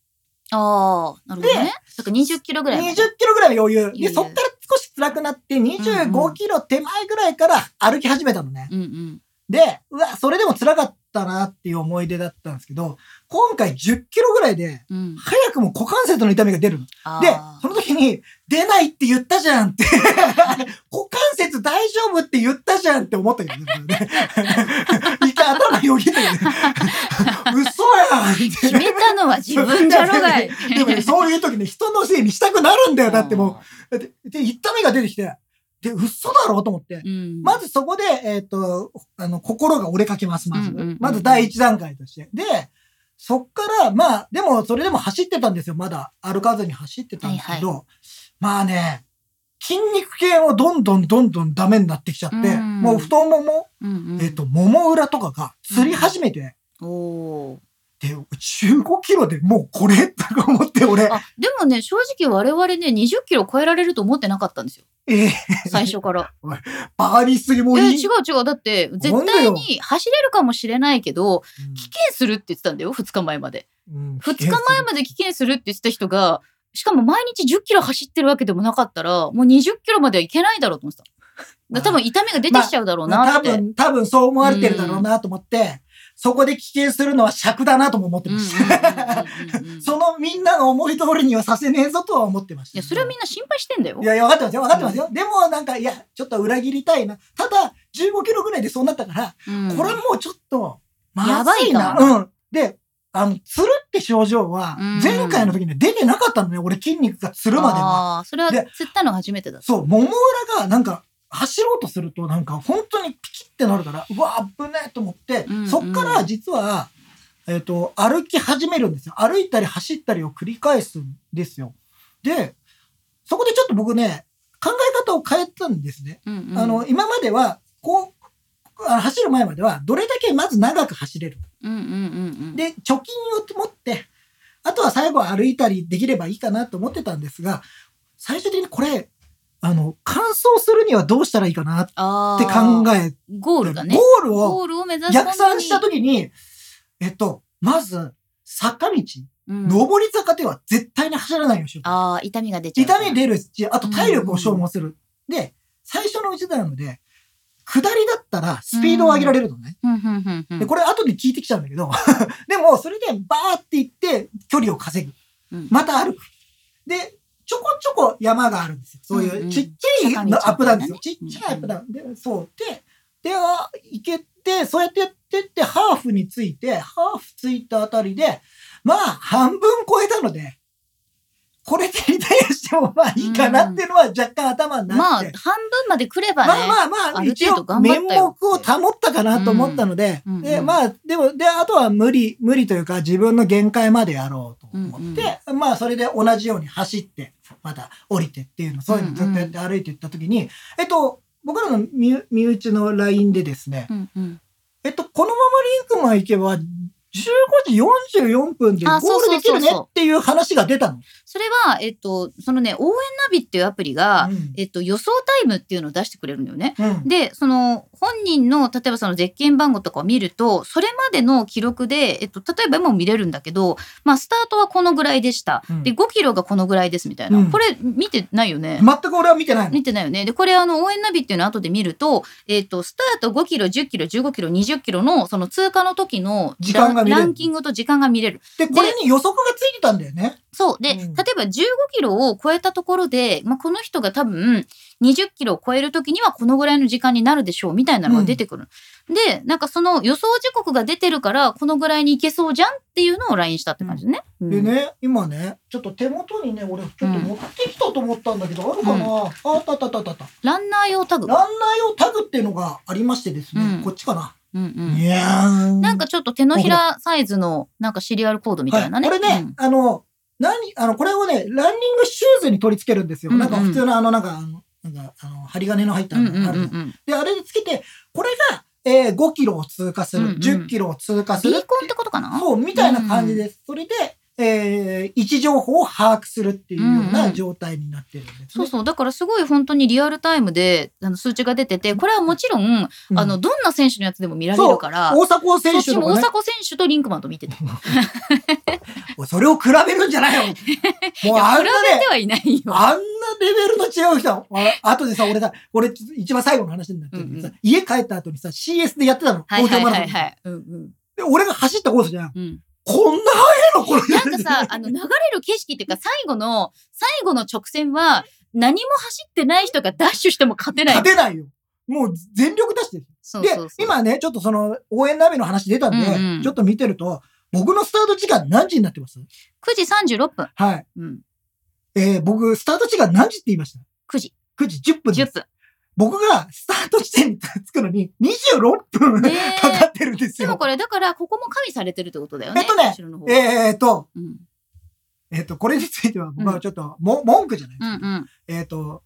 ああ、なるほどね。だから20キロぐらいま
20
で。
キロぐらいは余裕。
余裕
で、そっから少し辛くなって、
うんうん
25キロ手前ぐらいから歩き始めたのね。
うんうん。
で、うわ、それでも辛かっったなっていう思い出だったんですけど、今回10キロぐらいで、
うん。で、
早くも股関節の痛みが出るの。で、その時に、出ないって言ったじゃんって、 [laughs] 股関節大丈夫って言ったじゃんって思ったけどね。 [laughs] 僕ね一回頭よぎったけどね。 [laughs] 嘘やんって
決めたのは自分じゃろがい。
でもね、 [laughs] そういう時ね、人のせいにしたくなるんだよ。だってもう、で、で痛みが出てきて、で、嘘だろうと思って。
うん、うん。
まずそこで、えっ、と、あの、心が折れかけます、まず。
うんうんうん
まず第一段階として。で、そっから、まあ、でも、それでも走ってたんですよ。まだ歩かずに走ってたんですけど、まあね、筋肉系もどんどんどんどんダメになってきちゃって、
うん
もう太もも、
うんうん、
えっ、と、もも裏とかがつり始めて、
おー
で、15キロでもうこれと [laughs] か思って、俺、
あでもね正直我々ね20キロ超えられると思ってなかったんですよ
えー、
最初から。
バカにしすぎもう
え
いい。
違う違うだって絶対に走れるかもしれないけど危険するって言ってたんだよ2日前まで。
うん
2日前まで危険するって言ってた人がしかも毎日1 0キロ走ってるわけでもなかったらもう2 0キロまではいけないだろうと思ってた。だから多分痛みが出てきちゃうだろうな
多
って。
分、多分そう思われてるだろうなと思って、そこで危険するのは尺だなとも思って
うんう
ま
ん
した。
うん
[laughs]
うんうん
そのみんなの思い通りにはさせねえぞとは思ってました。
いやそれはみんな心配してんだよ
い。やいや、分かってますよ、分かってますよ。でもなんか、いや、ちょっと裏切りたいな。ただ、15キロぐらいでそうなったから、
うん
これはもうちょっと、まずいな。
やばいか
うん。で、あの、つるって症状は
うん、
前回の時に出てなかったのね、俺筋肉がつるまでは。
あーそれは
で
釣ったのが初めてだった。
そう、もも裏がなんか、走ろうとするとなんか本当にピキってなるから、うわ、危ねえと思って、
うんうん
そっから実は、えっ、と、歩き始めるんですよ。歩いたり走ったりを繰り返すんですよ。で、そこでちょっと僕ね、考え方を変えたんですね。
うんうん
あの、今までは、こう、あ走る前までは、どれだけまず長く走れる。
うんうんうんうん。
で、貯金を持って、あとは最後は歩いたりできればいいかなと思ってたんですが、最終的にこれ、あの、完走するにはどうしたらいいかなって
あ
考
え
えて、
ゴールだね。
ゴールを
ゴールを目指すために
逆算した時に、えっと、まず、坂道、
うん
上り坂では絶対に走らないようにしよう。
ああ、痛みが出ちゃう。
痛み出るし、あと体力を消耗する。で、最初のうちなので、下りだったらスピードを上げられるのね。
うんうんうんうん
で、これ後で聞いてきちゃうんだけど、 [laughs] でも、それでバーって行って、距離を稼ぐ
うん。
また歩く。で、ちょこちょこ山があるんですよ。そう
うん
いうう、
ん
ちっちゃいのア
坂道みたいな
ップダウンです
ね
よ。ち
うん
っちゃいアップダウン。で、そう。で、で、あ行けて、そうやってやってって、ハーフについて、ハーフついたあたりで、まあ、半分超えたので、これでリタイアしてもまあいいかなっていうのは若干頭に
ま
な
あ、
っ
半
て
分。まで来ればね。
まあまあま
あ
あ、
る
一
程度
応
頑張
面
った
目
よ
を保ったかなと思ったので、
うんうんう
で、
ん
まあ、でも、で、あとは無理、無理というか自分の限界までやろうと思って、まあ、それで同じように走って、また降りてっていうの、そういうのずっとやって歩いていったときに、えっと、僕らの身身内の LINE でですね、
うんうん
えっと、このままリンクマン行けば、15時44分でゴ
あそう
ール
そう
でき
そうそう
るねっていう話が出たの。
それは、えっと、そのね、応援ナビっていうアプリが、
うん
えっと、予想タイムっていうのを出してくれるのよね。
うん
で、その、本人の、例えばその、絶景番号とかを見ると、それまでの記録で、えっと、例えば今も見れるんだけど、まあ、スタートはこのぐらいでした。
うん
で、5キロがこのぐらいですみたいな。
うん
これ、見てないよね。
全く俺は見てないの。
見てないよね。で、これあの応援ナビっていうのを後で見ると、えっ、と、スタート5キロ、10キロ、15キロ、20キロのその通過の時の
時間が見れる
ランキングと時間が見れる。
で、これに予測がついてたんだよね。
そう。で、
うん
例えば15キロを超えたところで、まあ、この人が多分20キロを超える時にはこのぐらいの時間になるでしょうみたいなのが出てくる。で、なんかその予想時刻が出てるから、このぐらいに行けそうじゃんっていうのを LINE したって感じね。うん
でね、今ね、ちょっと手元にね、俺、ちょっと持ってきたと思ったんだけど、あるかな、ああったあったあったあったあった。
ランナー用タグ。
ランナー用タグっていうのがありましてですね、
うん
こっちかな。
うんうん。
いやー
なんかちょっと手のひらサイズのなんかシリアルコードみたいなね。
はいこれね、あの、何、あの、これをね、ランニングシューズに取り付けるんですよ。
うんうん
なんか普通のあの、なんか、あの、なんか、あの、針金の入った
うん
の
うんうん
が
う
あるの。
ん。
で、あれにつけて、これが、えー、5キロを通過する、
うんうん
10キロを通過す
ビ
る
ー。コンってことかな
そう、みたいな感じです。それで、えー、位置情報を把握するっていうような状態になってるんです、ね
そうそうだからすごい本当にリアルタイムであの数値が出ててこれはもちろん、あのどんな選手のやつでも見られるから
大迫
そ
選
っ
手
ち
と
も
か
大
ね、
迫選手とリンクマンと見てた。
おいそれを比べるんじゃないよ
[laughs]
もう
いや
あ
比
んな
べ
ね
て、はいないよ。
あんなレベルの違う人は、あとでさ、俺さ、俺一番最後の話になってるけどさ、
うん
家帰った後にさ、CS でやってたの、
は
[laughs]
い
東京マ
はい
ラソン。
はいはい。うんうん
で俺が走ったコースじゃん。
うん。
こんな速いのこれ。
なんかさ、あの、流れる景色っていうか、最後の、最後の直線は、何も走ってない人がダッシュしても勝てない。
[laughs] 勝てないよ。もう全力出してる。
そう
で
そうそう。、
今ね、ちょっとその応援ナビの話出たんで、
うんうん
ちょっと見てると、僕のスタート時間何時になってます
9時36分。
はい。
うん。
えー、僕、スタート時間何時って言いました
9時。
?9 時10分です
10分。
僕がスタート地点に着くのに26分
ねえ
かかってるんです
でも
よ。
これ、だから、ここも加味されてるってことだよね。
えっとね
後ろの方。
えーと、
うん。
えーと、これについては僕はちょっと、も文句じゃないで
う
す
ん
か。
うん。
えーと、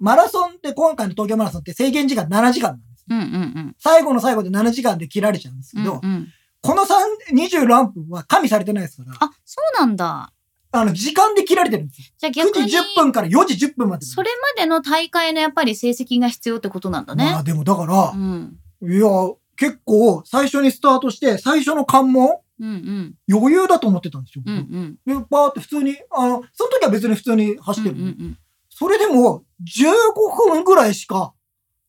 マラソンって今回の東京マラソンって制限時間7時間なんです。
うんうん
最後の最後で7時間で切られちゃうんです
う
け
ん。
ど、
うんうん
この3 26分は加味されてないですから、
あ、そうなんだ。
あの、時間で切られてるんですよ。
じゃあ逆
9
に
時、10分から4時10分まで。
それまでの大会のやっぱり成績が必要ってことなんだ
ま
ね
あ。でもだから
う、ん。
いや、結構最初にスタートして、最初の関門、
うんうん。
余裕だと思ってたんですよ。
う
僕
んうん。
で、バーって普通に、あの、その時は別に普通に走
う
っ
んう
てる。
んうん。
それでも、15分ぐらいしか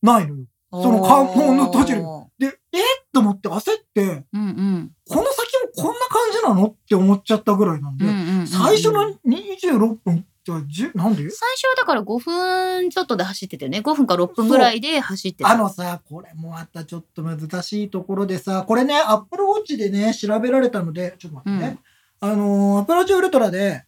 ないのよ。その関門の途中
お
で、えっと思って焦って、
ーうんうん。
この先もこんな感じなのって思っちゃったぐらいなんで、最初の26分じゃあ10、なんで
最初はだから5分ちょっとで走っててね5分か6分ぐらいで走ってた
あのさ、これもまたちょっと難しいところでさ、これね、アップルウォッチでね、調べられたので、ちょっと待ってね。あのー、アプローチウルトラで、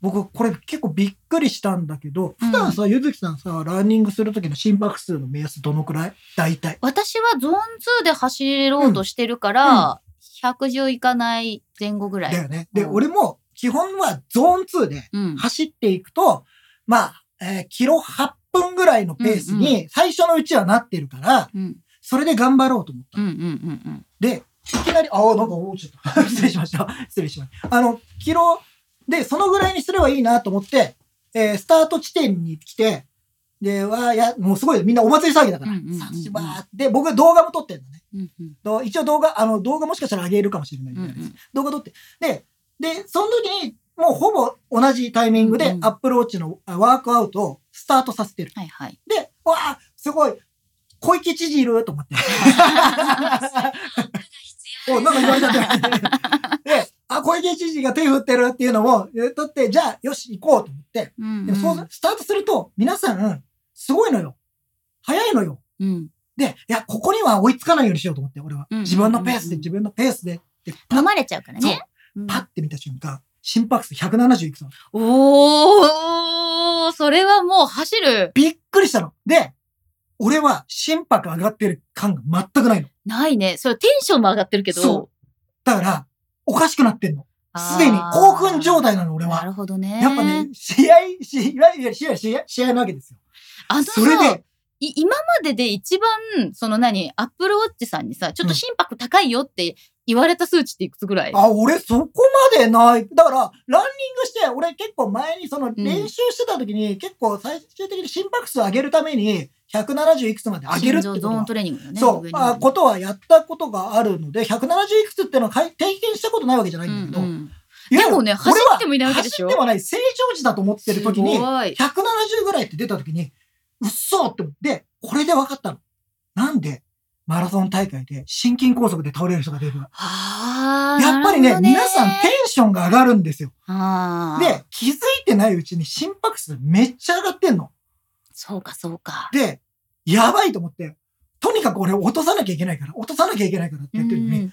僕、これ結構びっくりしたんだけど、
うん
普段さ、ゆずきさんさ、ランニングするときの心拍数の目安どのくらい大体。
私はゾーン2で走ろうとしてるから、110いかない前後ぐら
だよ
い、
ね。で、
うん
俺も、基本はゾーン2で
うん、
走っていくと、まあ、えーキロ8分ぐらいのペースに、最初のうちはなってるから、
うん
それで頑張ろうと思った
うんう。んうん
で、いきなり、ああ、なんか落ちちゃった。 [laughs] 失礼しました。失礼しました。あの、キロ、で、そのぐらいにすればいいなと思って、えースタート地点に来て、で、わーや、もうすごい、みんなお祭り騒ぎだから。
うんうんうんうん
さしばーってで、僕は動画も撮ってんのね。
うんうん
と一応動画、あの、動画もしかしたら上げるかもしれないみ
う
た
ん
いな、
うん
動画撮って。で、で、その時に、もうほぼ同じタイミング
う
で
んう、ん
アップローチのあワークアウトをスタートさせてる。
はいはい
で、わあ、すごい、小池知事いると
[laughs]
思って。お、なんか言われちゃった。で、あ、小池知事が手振ってるっていうのも、えだって、じゃあ、よし、行こうと思って。
うんうん
でもそうす、スタートすると、皆さん、すごいのよ。早いのよ。
うん
で、いや、ここには追いつかないようにしようと思って、俺は。
うん
自分のペー
うん
スで、自分のペースで。で、パ
飲
ッ、
まれちゃうからねうん
パッて見た瞬間、心拍数170いくつ
おーそれはもう走る
びっくりしたの。で、俺は心拍上がってる感が全くないの。
ないねそれテンションも上がってるけど
そうだから、おかしくなってんの。
あー
すでに興奮状態なの、俺
な
は。
るほどね
やっぱね、試合、試合、いや試合、試合、試合なわけですよ。
あのさ
それで、
い今までで一番、その何、アップルウォッチさんにさ、ちょっと心拍高いよって言われた数値っていくつぐらい、
あ、俺そこまでない。だから、ランニングして、俺結構前にその練習してた時に、結構最終的に心拍数上げるために、170いくつまで上げるってこと
心臓ゾーン
が
トレーニングよね。
そう
上、に
あことはやったことがあるので、170いくつってのはかい経験したことないわけじゃない
う
だ
ん
けど、
んうん
いや
でもね
俺は
走ってもいないわけでしょ
走ってもない、正常時だと思ってる時に、
すごい。
170ぐらいって出た時に、うっそーって思って、これで分かったの。なんで、マラソン大会で心筋梗塞で倒れる人が出るか。
あー
やっぱりね、皆さんテ、ンションが上がるんですよ。
なるほどねあー
で、気づいてないうちに心拍数めっちゃ上がってんの。
そうかそうか。
で、やばいと思って、とにかく俺落とさなきゃいけないから、落とさなきゃいけないからってやってるの
う
に、
ん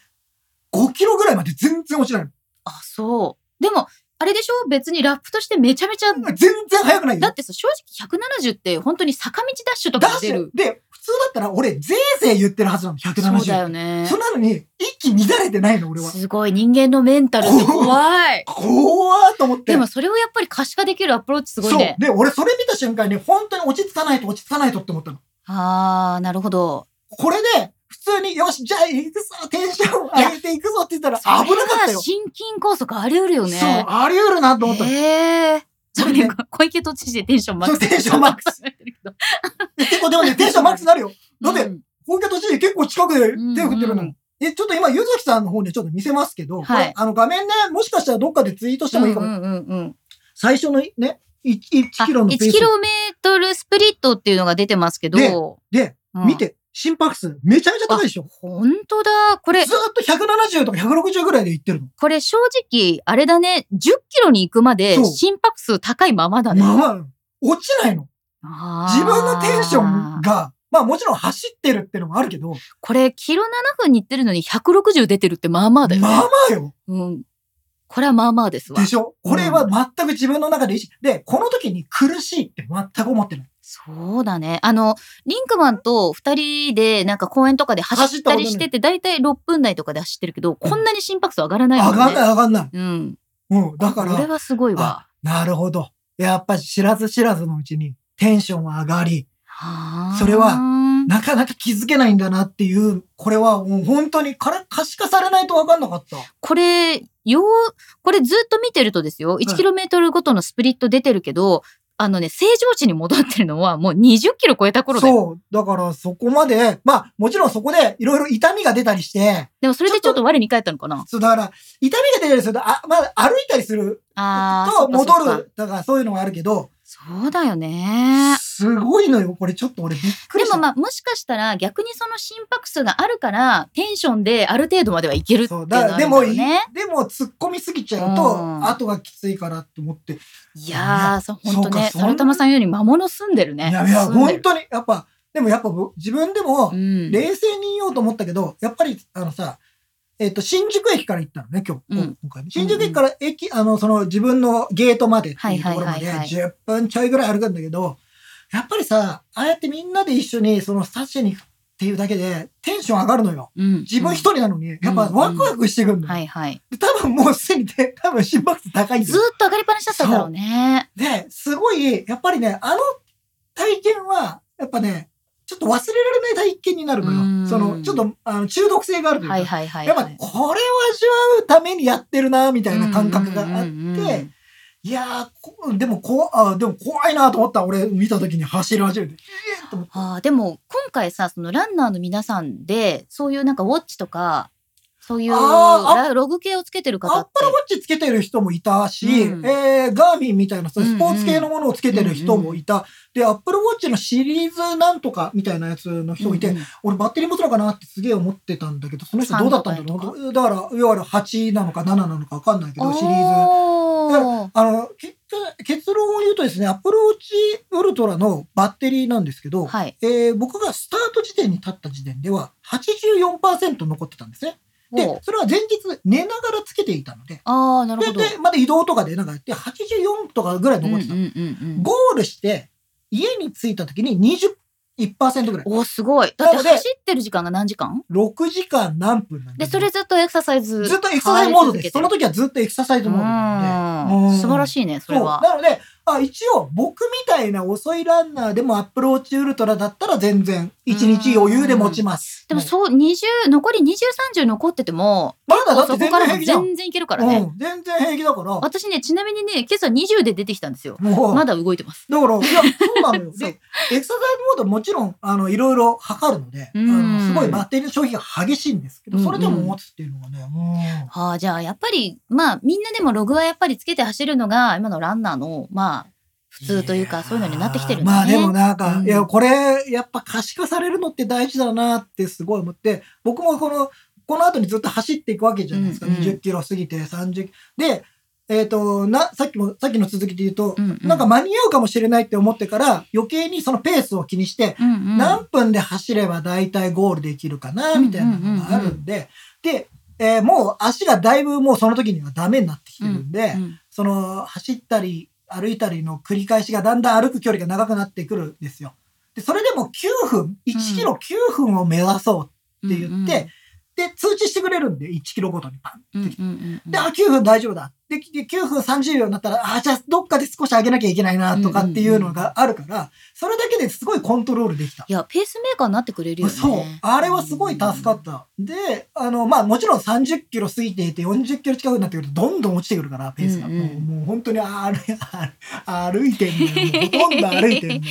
5キロぐらいまで全然落ちないの。
あ、そう。でも、あれでしょ別にラップとしてめちゃめちゃ、
全然速くない
だ
よ
っ。てさ、正直170って本当に坂道ダッシュと
ダ
かも
ッ
出
シュ
る。
で、普通だったら俺、ぜいぜい言ってるはずなの、170。
そうだよね
そ。れなのに、一気乱れてないの、俺は。
すごい人間のメンタルって怖い。
怖ーと思って。
でもそれをやっぱり可視化できるアプローチすごいね。
そう。で、俺それ見た瞬間に本当に落ち着かないと落ち着かないとって思ったの。
ああ、なるほど。
これで、普通に、よし、じゃあ行くぞ、テンション上げていくぞって言ったら危なかったよ。
心筋梗塞あり得るよね。
そう、あり得るなと思ったの。
へえ。それ
それ
ね、
ね
小池都知事でテンションマックス。
そうテンションマック
[laughs]
ス
だけど。
結構でもね、テンションマックスになるよ。だって
うん
小池都知事結構近くで手振ってる
うんう
の
ん。
え、ちょっと今、ゆずきさんの方でちょっと見せますけど、
はい
これあの画面ね、もしかしたらどっかでツイートしてもいいかも。
うんうんうん
最初のね、1, 1キロの
あ
ペ
1
ース
キロメートルスプリットっていうのが出てますけど。
で、
うん
見。て、心拍数めちゃめちゃ高いでしょ。
本当だ。これ
ず、ーっと170とか160ぐらいで行ってるの。
これ正直、あれだね、10キロに行くまで
そう
心拍数高いままだね。
まあ、落ちないの。
あー
自分のテンション。が、まあもちろん走ってるってのもあるけど、
これ、キロ7分に行ってるのに160出てるってまあまあだよね。
まあまあよ。
うん。これはまあまあですわ
で。しょこれは全く自分の中で意識。で、この時に苦しいって全く思ってない。
そうだね。あの、リンクマンと二人でなんか公園とかで走ったりしてて、だいたい6分台とかで走ってるけど、こんなに心拍数上がらないも
上
んね。
がんない上がんない。
うん。
うん。だか
これ
ら、
はすごいわ。
なるほど。やっぱ知らず知らずのうちにテンションは上がり、
はあ
それはなかなか気づけないんだなっていう、これはもう本当にこれ可視化されないと分かんなかった。
これ、よう、これずっと見てるとですよ、1キロメートルごとのスプリット出てるけど、あのね、正常値に戻ってるのはもう20キロ超えた頃だよ。
そう。だからそこまで、まあもちろんそこでいろいろ痛みが出たりして、
でもそれでちょっと我に返ったのかな
そうだから痛みが出たりすると、あまあ歩いたりする
ああ。そ
と
っかそっか
戻るとかそういうのがあるけど、
そうだよね。
すごいのよ。これちょっと俺びっく
で
りした。
もまあ、もしかしたら逆にその心拍数があるから、テンションである程度まではいけるっていう
そう
のは
だから
あるん
で
だろ
も
う
いい
ね。
でも突っ込みすぎちゃうと、
うん
後がきついからって思って。
いやー、そう、ほんと
そう
ね
か、そん
サルタマさん言うように魔物住んでるね。
いやいや、
住んで
本
る
当に、やっぱ、でもやっぱ僕自分でも
うん。
冷静に言おうと思ったけど、やっぱりあのさ、えっ、と、新宿駅から行ったのね、今日、
うん
今回ね。新宿駅から駅、あの、その自分のゲートまでっていうところまで
はいはいはい
10分ちょいぐらい歩くんだけど、やっぱりさ、ああやってみんなで一緒にそのサシに行くっていうだけでテンション上がるのよ。
うん
自分一人なのに、やっぱワクワクしてくるのよ、
はいはい。
で多分もうすでにね、多分心拍数高いんです
ずー
よ。
っと上がりっぱなしだったんだろうね。
で、すごい、やっぱりね、あの体験は、やっぱね、ちょっと忘れられない体験になる
う
の
ん
よ。その、ちょっとあの中毒性があるというか、
はいはいはい。
やっぱこれを味わうためにやってるな、みたいな感覚があっ
うんうんうんう
て
ん、
いやーこ、でもこあ、でも怖いなと思った俺見た時に走り始めて、えーっと思って
あーでも今回さそのランナーの皆さんでそういうなんかウォッチとかそういう
あー
ラログ系をつけてる方
アッ
っ
プルウォッチつけてる人もいたし、
うん
えーガーミンみたいなそういうスポー
うんう
ツ
ん
系のものをつけてる人もいた。で、アップルウォッチのシリーズなんとかみたいなやつの
て
人もいて、
うんうん
俺バッテリー持つのかなってすげえ思ってたんだけど、その人どうだったんだろうだから、いわゆる8なのか7なのかわかんないけど、シリーズ。
おー
あの、結結論を言うとですね、アップルウォッチウルトラのバッテリーなんですけど、
はい
えー僕がスタート時点に立った時点では84%残ってたんですね。
お
で
ー、
それは前日寝ながらつけていたので、
ああなるほど
ででまだ移動とかでなんかやって84とかぐらい残ってた、
うんうんうんうん
ゴールして家に着いた時に21%ぐらい
おーすごいだって
なので
走ってる時間が何時間
6時間何分なん
でそれずっとエクササイズ
ずっとエクササイズモード
変わり続けて
です
る
その時はずっとエクササイズモードなので
うん素晴ら
い
しいねそ
そう
れは
なのであ一応僕みたいな遅いランナーでもアップローチウルトラだったら全然1日余裕で持ちます
でも
う
そう20残り2030残ってても
まだだって
そこ
全
から
然平
も
気じゃん
全然いけるからね
うん全然平気だから
私ねちなみにね今朝20で出てきたんですよ
もう
まだ動いてます。
だから、いや、そうなの
[laughs]
よ。
そ
で、
う
エクササイズモードもちろん、あの、いろいろ測るので、あ
うん
のすごいバッテリーの消費が激しいんですけど、
うん
それでも持つっていうのがね、も
はあ、じゃあやっぱりまあみんなでもログはやっぱりつけて走るのが今のランナーのまあ普
う
通というかそういうのになってきてるん
ま
だ
あ
ね。
でもなんか、
うん
いや、これ、やっぱ可視化されるのって大事だなってすごい思って、僕もこの、この後にずっと走っていくわけじゃないですか。
うんうん
20キロ過ぎて30、で、えっ、と、な、さっきも、さっきの続きで言うと、
うんうん
なんか間に合うかもしれないって思ってから、余計にそのペースを気にして、
うんうん
何分で走れば大体ゴールできるかな、みたいなのがあるんで、で、えーもう足がだいぶもうその時にはダメになってきてるんで、
うん
その走ったり歩いたりの繰り返しがだんだん歩く距離が長くなってくるんですよ。で、それでも9分、1キロ9分を目指そうって言って、
うんうん
で、通知してくれるんで、1キロごとにパン
うん
って
うん
きて。
うんうん
で、あ、9分大丈夫だ。で、で9分30秒になったら、あ、じゃあどっかで少し上げなきゃいけないな、とかっていうのがあるから、それだけですごいコントロールできた。
いやペースメーカーになってくれるよね。
そう。あれはすごい助かった。で、あの、まあもちろん30キロ過ぎていて40キロ近くになってくるとどんどん落ちてくるから、ペースが。
うんうん
もうもう本当にあ [laughs] 歩いあ歩いてんだよ。ほとんど歩いてんだよ。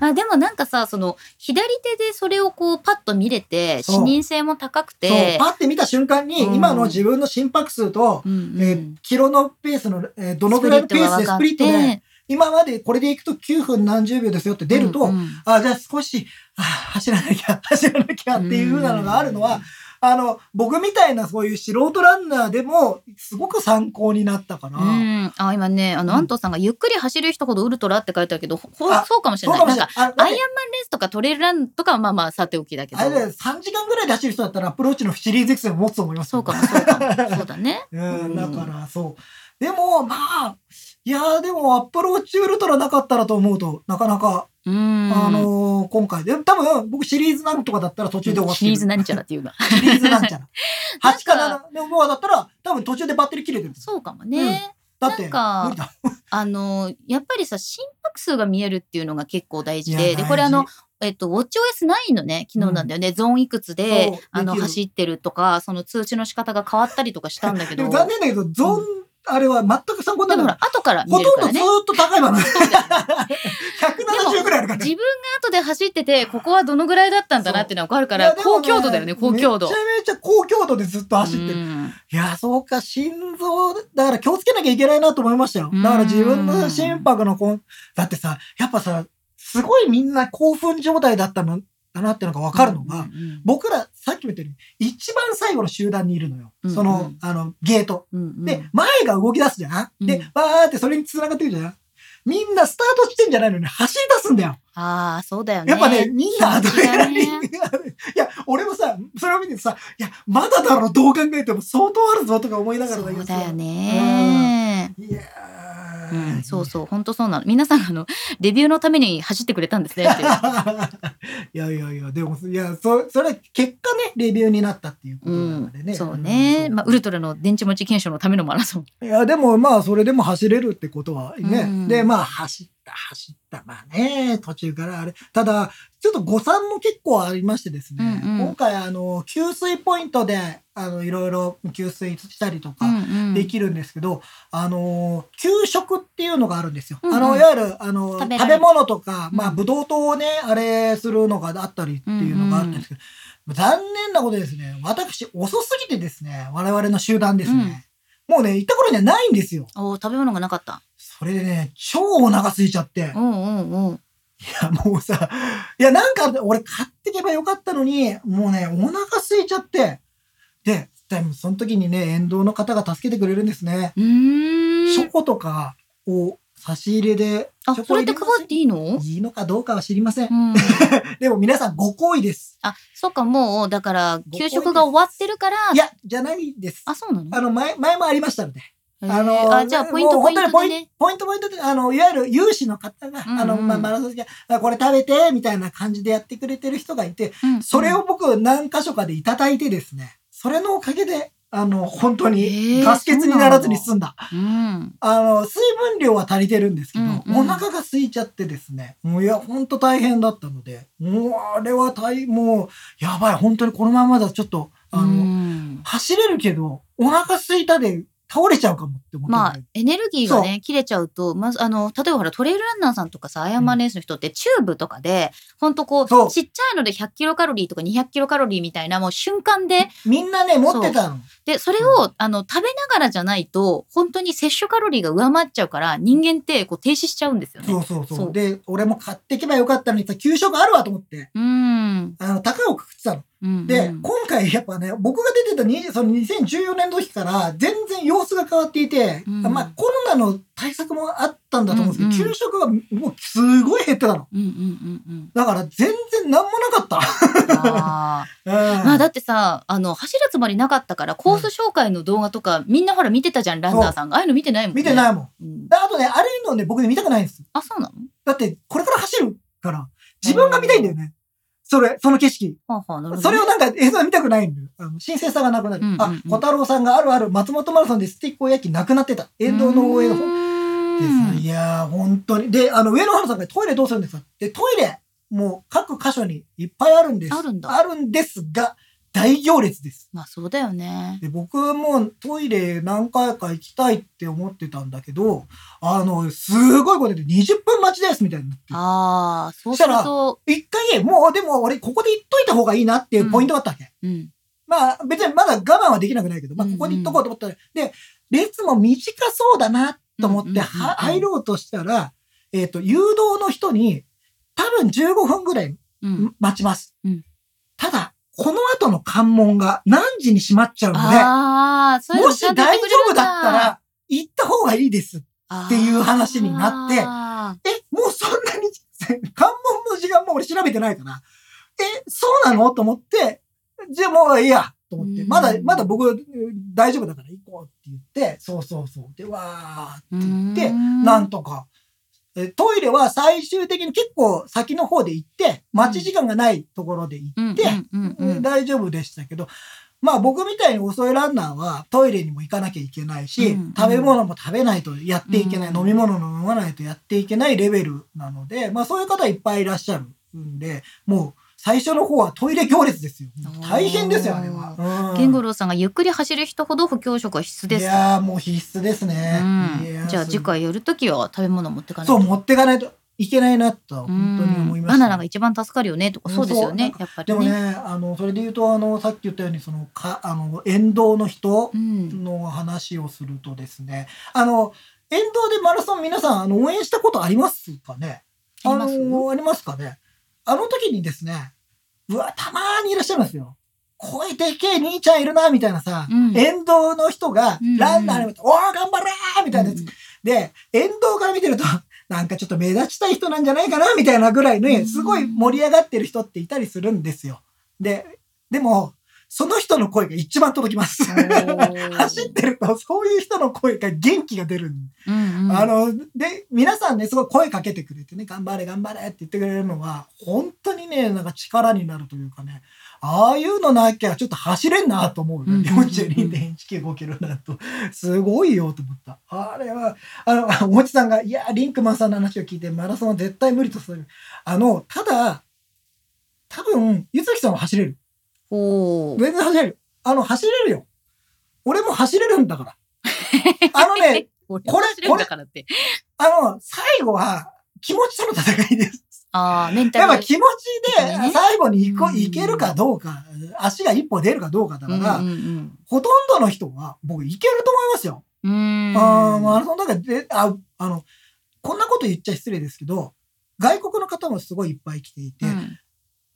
あでもなんかさその左手でそれをこうパッと見れて
そう
視認性も高く
そう
て。
パッて見た瞬間に、
うん
今の自分の心拍数と、
うんうん
えーキロのペースの、えーどのぐらいのペースでスプリットで、今までこれでいくと9分何十秒ですよって出ると、
うんうん
あ、じゃあ少し、あ走らなきゃ、 [laughs] 走らなきゃっていう風なのがあるのは、あの、僕みたいなそういう素人ランナーでも、すごく参考になったかな。
うん、あ今ねあの、
うん
安藤さんが「ゆっくり走る人ほどウルトラ」って書いてあるけどほほ
あ
そうかもしれ
そうか
ない
も
なん
しれ
か
ない。あだっ
アイア
て
ンマンレースとかトレイルランとかはまあまあさておきだけど
あれだよ3時間ぐらいで走る人だったらアプローチのシリーズ X を持つと思います
そ
よ
うかもそうか
[laughs]
もそうだね
うん、だからそう。でも、まあ、いやーでもアップローチウルトラなかったらと思うとなかなか、
うん
あのー今回で、多分僕シリーズなんとかだったら途中で終わって
シ
る。
リーズなんちゃらっ
[laughs]
ていうの
シリーズなんちゃら。
[laughs] なんか
8か7でもだったら多分途中でバッテリー切れてるんですよ
そうかもね、
だって
なんか
無理だ。
あのやっぱりさ心拍数が見えるっていうのが結構大事
い
で
や
でこれあ
大事
のえっと、ウォッチ OS9 のね、機能なんだよね、ゾーンいくつ
そう
で
でき、る
あの、走ってるとか、その通知の仕方が変わったりとかしたんだ
[laughs]
け
で
ど、
も
でも
残念だけど、ゾーン、あれは全く参考になら
ほ
ない。
ら、後から見
ほ
れるか
とん
ら
どず
ね
ー。っと高いまま。
そうだよね
[laughs] 170ぐらいあるから
自
ね。
分が後で走ってて、ここはどのぐらいだったんだなっていうのが分かるから、
いやでも
高強度だよね、高強度
めち。ゃめちゃ高強度でずっと走ってる。
うん
いや、そうか、心臓、だから気をつけなきゃいけないなと思いましたよ
うん。
だから自分の心拍のこん、だってさ、やっぱさ、すごいみんな興奮状態だったの、だなってのがわかるのが、
うんうん
僕ら、さっきも言ったように、一番最後の集団にいるのよ。
うん
その、あの、ゲート。
うんうん
で、前が動き出すじゃんで
うん、
わーってそれに繋がってくるじゃんみんなスタートしてんじゃないのに走り出すんだよ。
ああ、そうだよね。
やっぱね、みんなアドレナ [laughs] リン
ね
が、いや、俺もさ、それを見てさ、いや、まだだろ、どう考えても相当あるぞとか思いながら
そ
だけど
う
さ
だよ。ね。
いや
う
ー
ん、そうそう、本当そうなの。皆さん、あの、レビューのために走ってくれたんです
[laughs]
ねっていう。
[laughs] いやいやいや、でも、いや、そそれ、結果ね、レビューになったっていうこと
う
なの
ん
でね。、
そうね、
うん
まあ、ウルトラの電池持ち検証のためのマラソン。
いや、でもまあ、それでも走れるってことはね。
うん
で、まあ、走った、走った。まあね、途中からあれ。ただ、ちょっと誤算も結構ありましてですね。
うんうん
今回、あの、給水ポイントで、あの、いろいろ給水したりとか、
ん
できるんですけど、あのー給食っていうのがあるんですよ。
うんうん
あのいわゆるあの
食
食
べ
べ
られる
物とか、まあ
うん
ブドウ糖をねあれするのがあったりっていうのがあったんですけど、残念なことですね私遅すぎてですね我々の集団ですね、もうね行った頃にはないんですよ。
おー食べ物がなかった。
それでね超お腹空いちゃって、
おうおうおう。
いやもうさいやなんか俺買ってけばよかったのにもうねお腹空いちゃってででもその時にね沿道の方が助けてくれるんですね。
うー
チョ
ん。
コとかを差し入れで、
あ、
チョ
そ
コ
れっ
入
て
れ
配
ません
っていいの。
いいのかどうかは知りません
う。ん。
でも皆さんご好意です。
あ、そうか、もう、だから、
ご好意
給
です
食が終わってるから、
いや、じゃないです。
あ、そうなの
あの、前、前もありましたので。
へー
あの
あ、じゃあ、
もう
ポイント、ポイン
本
ト
当
で
に
ね。
ポイントポイントで、あの、いわゆる有志の方が、
うんうん
あの、まあ、マラソン好きがこれ食べて、みたいな感じでやってくれてる人がいて、
うん
それを僕何箇所かでいただいてですね、それのおかげで、あの、本当
へ
に
ー
ガス欠にならずに済んだ。
うん。
あの、水分量は足りてるんですけど、
うんうん
お腹が空いちゃってですね、もういや、ほんと大変だったので、もうあれは大、もう、やばい、本当にこのままだとちょっと、あの、
うん
走れるけど、お腹空いたで倒れちゃうかもって思った
ま
ん
あ
だよ、
エネルギーがね、切れちゃうと、まず、あの、例えばほら、トレイルランナーさんとかさ、アイアンマンレースの人って、チューブとかで、ほんとこう、
そう
ちっちゃいので100キロカロリーとか200キロカロリーみたいな、もう瞬間で、
みんなね、持ってたの。
で、それを、あの、食べながらじゃないと、本当に摂取カロリーが上回っちゃうから、人間って、こう、停止しちゃうんですよね。
そううそうそう。
そう
で、俺も買ってけばよかったのにさ、給食あるわと思って、
ん。
あの、高いをくくってたの。
うん
で、
うん
今回やっぱね、僕が出てた20その2014年の時から全然様子が変わっていて、
うん
まあコロナの対策もあったんだと思うんですけど、
うんうん
給食がもうすごい減ってたの。
うんうんうんうん。
だから全然なんもなか
[laughs]
った。
あー
うん
まあだってさあの走るつもりなかったからコース紹介の動画とか、みんなほら見てたじゃんランナーさんがああいうの見てないもんね
見てないもん。
うん
であとね、あれいうのね、僕ね見たくないんです。
あそうなの
だってこれから走るから、自分が見たいんだよね。それ、その景色。
はあはあなるほどね
それをなんか映像は見たくないんだよ。あの新鮮さがなくなる。
うんうんうん
あ、小太郎さんがあるある松本マラソンでスティックを焼きなくなってた。沿道の応援
う
を。
ー
でさ
ん
いやー、本当に。で、あの、上野原さんがトイレどうするんですかで、トイレ、もう各箇所にいっぱいあるんです。
あるんだ
ですが、大行列です。
まあそうだよね。
で、僕もトイレ何回か行きたいって思ってたんだけど、あの、すごいことで20分待ちですみたいになって。
ああ、そうすると、
一回、もうでも俺ここで行っといた方がいいなっていうポイントがあったわけ。
うん、
まあ別にまだ我慢はできなくないけど、まあ
うんう
こ
ん
こに行っとこうと思ったら、で、列も短そうだなと思
う
っ
んうんうんう
て
ん
は入ろうとしたら、えっ、と、誘導の人に、多分15分ぐらい
うん。
待ちます。
うん
ただ、この後の関門が何時に閉まっちゃうの
ああ、そうい
で、
う
も
の
し
ちゃんとやっ
大
て
丈
くれる
夫
んだ
だったら、行った方がいいです。っていう話になって
あ
え、もうそんなに、 [laughs] 関門の時間も俺調べてないから、え、そうなのと思って、じゃあもういいや、と思って、
うん
まだ、まだ僕うん大丈夫だから行こうって言って、そうそうそう。で、わーって
ー
言って
うー、ん
なんとか。えトイレは最終的に結構先の方で行って、待ち時間がないところで行って、
うんうんうんうん
大丈夫でしたけど、まあ僕みたいに遅いランナーはトイレにも行かなきゃいけないし、
うんうん
食べ物も食べないとやっていけない、
うん
飲み物も飲まないとやっていけないレベルなので、まあそういう方いっぱいいらっしゃるんで、もう最初の方はトイレ行列ですよ
お。ー
大変ですよ、あれは。うん
ゲンゴロウさんがゆっくり走る人ほど補強食は必須で
い
す。
やーもう必須ですね。いや
う
ー
ん、じゃあ次回やるときは食べ物持ってかないと
そう、持ってかないといけないなと、本当に思いま
うん
し
バ
た。
ナナが一番助かるよねとか
うん
そうですよね
そ
やっぱり
でも
ね。
ね、あの、それで言うと、あの、さっき言ったように、その、か、あの、沿道の人
うん、
の話をするとですね、あの、沿道でマラソン皆さん、あの、応援したことありますかね
あります
の、ありますかねあの時にですね、うわ、たまーにいらっしゃるんですよ。声でけえ兄ちゃんいるな、みたいなさ、
うん
沿道の人が
うんうん、
ランナーに向かって、おー、頑張れーみたいなやつ
うん
で、沿道から見てると、なんかちょっと目立ちたい人なんじゃないかな、みたいなぐらい
うん
ね、すごい盛り上がってる人っていたりするんですよ。で、でも、その人の声が一番届きます。走ってると、そういう人の声が元気が出る。
うんう
[laughs]
ん
あの、で、皆さんね、すごい声かけてくれてね、頑張れ、頑張れって言ってくれるのは、本当にね、なんか力になるというかね、ああいうのなきゃちょっと走れんなと思うよ。
うん
42.195キロだと、すごいよと思った。あれは、あの、おもちさんが、いや、リンクマンさんの話を聞いて、マラソンは絶対無理とする。あの、ただ、多分、ゆずきさんは走れる。
おー
全然走れる。あの、走れるよ。俺も走れるんだ
[laughs]
から。あのね、
これ
これ
走れるんだからって。
あの、最後は気持ちとの戦いです。
ああメンタ
やっ
ル。
ぱ気持ち
本当にね
で最後に行こ
うん
行けるかどうか、足が一歩出るかどうかだ
う
か
んう
ら、
ん
ほとんどの人は僕行けると思いますよ。
うん。うーん
ああ、マラソンだからで、あ、あの、こんなこと言っちゃ失礼ですけど、外国の方もすごいいっぱい来ていて、
うん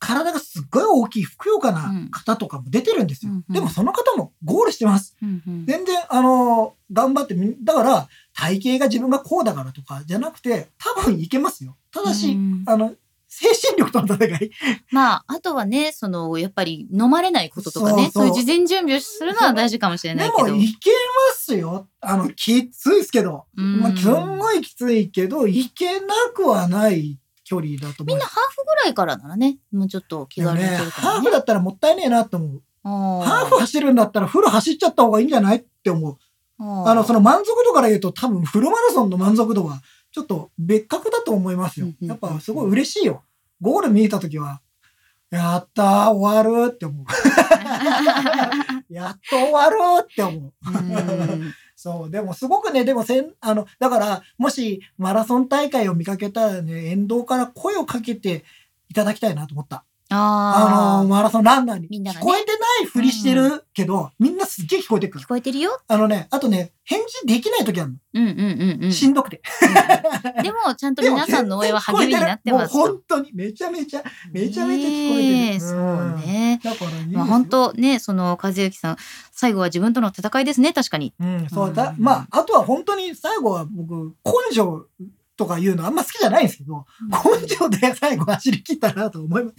体がすっごい大きいふくよか
うん
な方とかも出てるんですよ。
うんうん
でもその方もゴールしてます。
うんうん
全然、あの、頑張ってみ、だから、体型が自分がこうだからとかじゃなくて、多分いけますよ。ただ
う
し、
ん
あの、精神力との戦い。
まああとはねそのやっぱり飲まれないこととかねそ
そうう
い
そうう
事前準備をするのは大事かもしれな
で
いけ
も、
ど。
いけますよ。あの、きついですけど。
うん
まあ、すんごいきついけど、いけなくはない距離だと思
み
い
ん
ま
な
す。
ハーフぐらいからならねもうちょっと気
でも
軽
ね、
にいけるか
ハ
ら
ーフ
ね。
だったらもったいねえなって思う。ハ
ハ
ーフ走るんだったらフル走っちゃった方がいいんじゃないって思う。あの、その満足度から言うと多分フルマラソンの満足度はちょっと別格だと思いますよ
うん。うん
やっぱすごい嬉しいよ。ゴール見えた時は、やったー、終わるって
[laughs]
思う。やっと終わるって思う。
うん
そう、でもすごくね、でもせん、あの、だから、もしマラソン大会を見かけたらね、沿道から声をかけていただきたいなと思った。あ
あ
の、マラソンランナーに。
みんながね
聞こえてないふりしてるけど、みんなすっげえ聞こえてく
あ
る
聞。こえてるよ。
あのね、あとね、返事できない時ある
うんうんうんうん。
の。しんどくて。
でもちゃんと皆さんの応援は励みになってます
でも
と。
本当にめちゃめちゃめちゃめちゃ聞こえてる
ねえそうね。
だからいいですよ
まあ本当ねその和幸さん最後は自分との戦いですね確かに。
うんそう
う
だ
ん
まああとは本当に最後は僕根性とかいうのあんま好きじゃないんですけど根性で最後走り切ったなと思います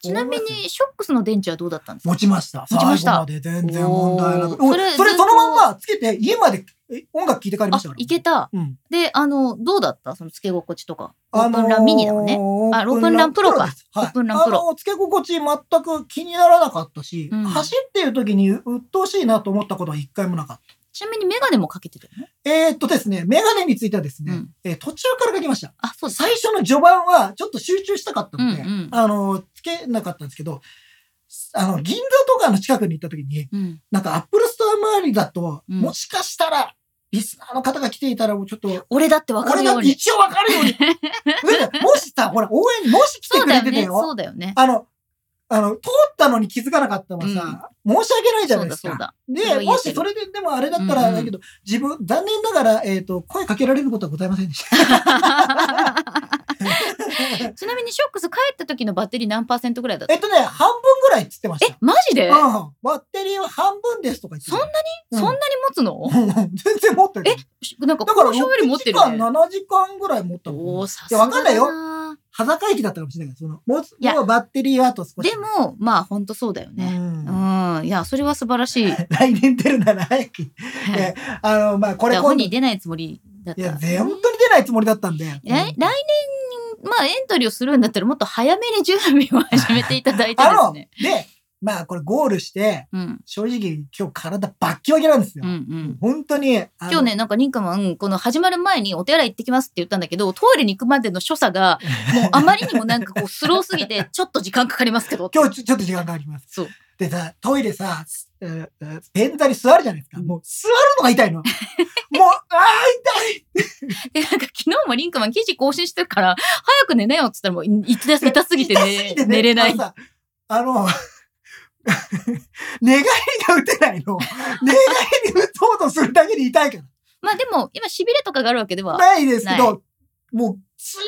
ちなみ
思います
にショックスの電池はどうだったんですか。
持ちました
持ちました
最後まで全然問題なく
おー
お
そ
そ
れ
れ
ずっと
そのまんまつけて家までえ音楽聴いて帰りま
あ
したから
いけた。
うん
であのどうだったその付け心地とか。オ
あ
ー
の
プンランミニだもんね。あロープンランプロか
ですはい
ロープンランプロ
あの、付け心地全く気にならなかったし、
うん
走ってる時に鬱陶しいなと思ったことは一回もなかった。
ちなみにメガネもかけてるよね。
えーっとですね、メガネについてはですね、
うん
えー途中から書きました。
あそうです。
最初の序盤はちょっと集中したかったので、
うんうん
あの、つけなかったんですけど、あの、銀座とかの近くに行った時に、
うん。
なんかアップルストア周りだと、
うん
もしかしたら、リスナーの方が来ていたら、ちょっと、
俺だってわか
俺
る
だ
よ
っ
う
て
に。
一応わ
[laughs]
かるように。だってもしさ、ほら、応援にもし来て
そう
くれ
だよ
てた
ね
よ。
そうだよね。
あの、あの、通ったのに気づかなかったのはさ、申し訳ないじゃないです
そう
か。
だそれを
で、
言え
も
て
し
る
それででもあれだったら、だけど、自分、残念ながら、えっ、と、声かけられることはございませんでした。
そうだ。ちなみにショックス帰った時のバッテリー何パーセントぐらいだった
えっとね、半分ぐらいって言ってまし
え
た。
マジで、
うん、バッテリーは半分ですとか言って
そん
た
なに、
うん
そんなに持つの
うん全然持ってる。
えしなんか
だから
交
6
渉より持って
時
る
間、
ね。
7時間ぐらい持った
お
も
お
ん。
さす
いや
がだ
わかんないよ
な
裸駅だったかもしれないけど、その、もう、
いや
もうバッテリーはあと少し。
でもまあ本当そうだよ
う、
ね。うんん、いやそれは素晴らし
[laughs]
い。
来年出るなら早く。えあの、まあ、こ
こ
れ今
本
度
人出ないつもりだった。
いや、全本当に出ないつもりだったんで。
え来年まあエントリーをするんだったらもっと早めに準備を始めていただいてで
あ
す
の、
ね
で。、まあ、これゴールして、
うん
正直今日体バッキバキなんですよ。
うんうん。
本当に。あの
今日ね、なんかリンカマン、この始まる前にお手洗い行ってきますって言ったんだけど、トイレに行くまでの所作が、もうあまりにもなんかこうスローすぎて、ちょっと時間かかりま
[laughs]
すけど。
今日ちょちょっと時間があります。
そう。
でさ、トイレさ、すえーえー便座に座るじゃないですか。もう座るのが痛
[laughs]
いの。もう、ああ、痛い
で、なんか昨日もリンカマン記事更新してるから、早く寝なよって言ったらもう、痛す痛すぎて
痛
ね寝れな
あ
い
の。さあの、 [laughs] 願いが打てないの。願いに打とうとするだけで痛いから。
まあでも、今痺れとかがあるわけでは。あ
ないですけ
な
ど、もう強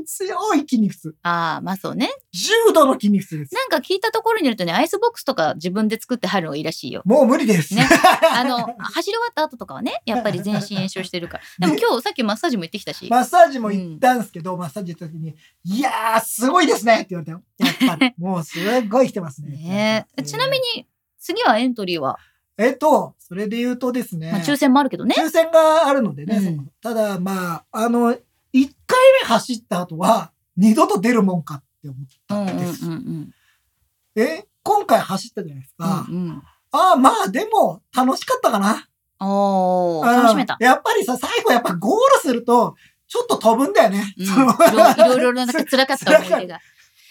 い強い筋肉痛。
あー、まあそうね。
重度の筋肉痛です。
なんか聞いたところによるとね、アイスボックスとか自分で作って入るのがいいらしいよ。
もう無理です。
ねあの、走り終わった後とかはね、やっぱり全身炎症してる [laughs] から。でも今日さっきマッサージも行ってきたし。
[laughs] マッサージも行ったんですけど、マッサージ行った時に、いやー、すごいですねって言われたよ。やっ
[laughs]
ぱり。もうすごい来てますね。
ねえ。ちなみ
に。
に、次はエントリーは、
えっと、それで言うとですね。
まあ抽選もあるけどね。
抽選があるのでね、
うん
そのただまあ、あの、1回目走った後は、二度と出るもんかって思っ
うん
た
うんうんん
です。
うん。
え、今回走ったじゃないですか。
うんうん。
ああ、まあでも、楽しかったかな。
お
う
ー、
ん
楽しめた。
やっぱりさ、最後やっぱゴールすると、ちょっと飛ぶんだよね。
うんい
その
ろいろいろなんか辛かった思い出が。
た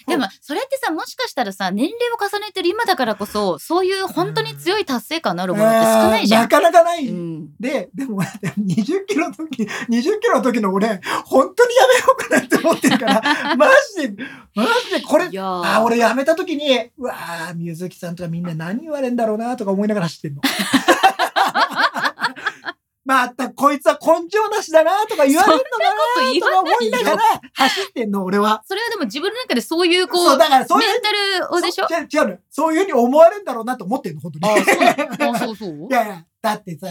でも、それってさ、もしかしたらさ、年齢を重ねてる今だからこそ、そういう本当に強い達成感のあるものって少ないじゃ。
うんかなかない。
うん。
で、でも、20キロの時、20キロの時の俺、本当にやめようかなって思ってる
[laughs]
から、マジで、マジでこれ
い、やー
あ、俺辞めた時に、うわー、水木さんとかみんな何言われんだろうなとか思いながら走って
[laughs]
んの。またこいつは根性なしだなとか言われる
そんなこと言
のかな
わ
とか思い
な
ないが
よ
ら走ってんの、俺は。
それはでも自分の中でそういうこ
そうう、、だからそうい
メ
う
ンタルをでしょ
そう違う違うのよそういうふうに思われるんだろうなと思ってんの、本当
あ
に。
そうあそうそ
い
う。
やいや、だってさ、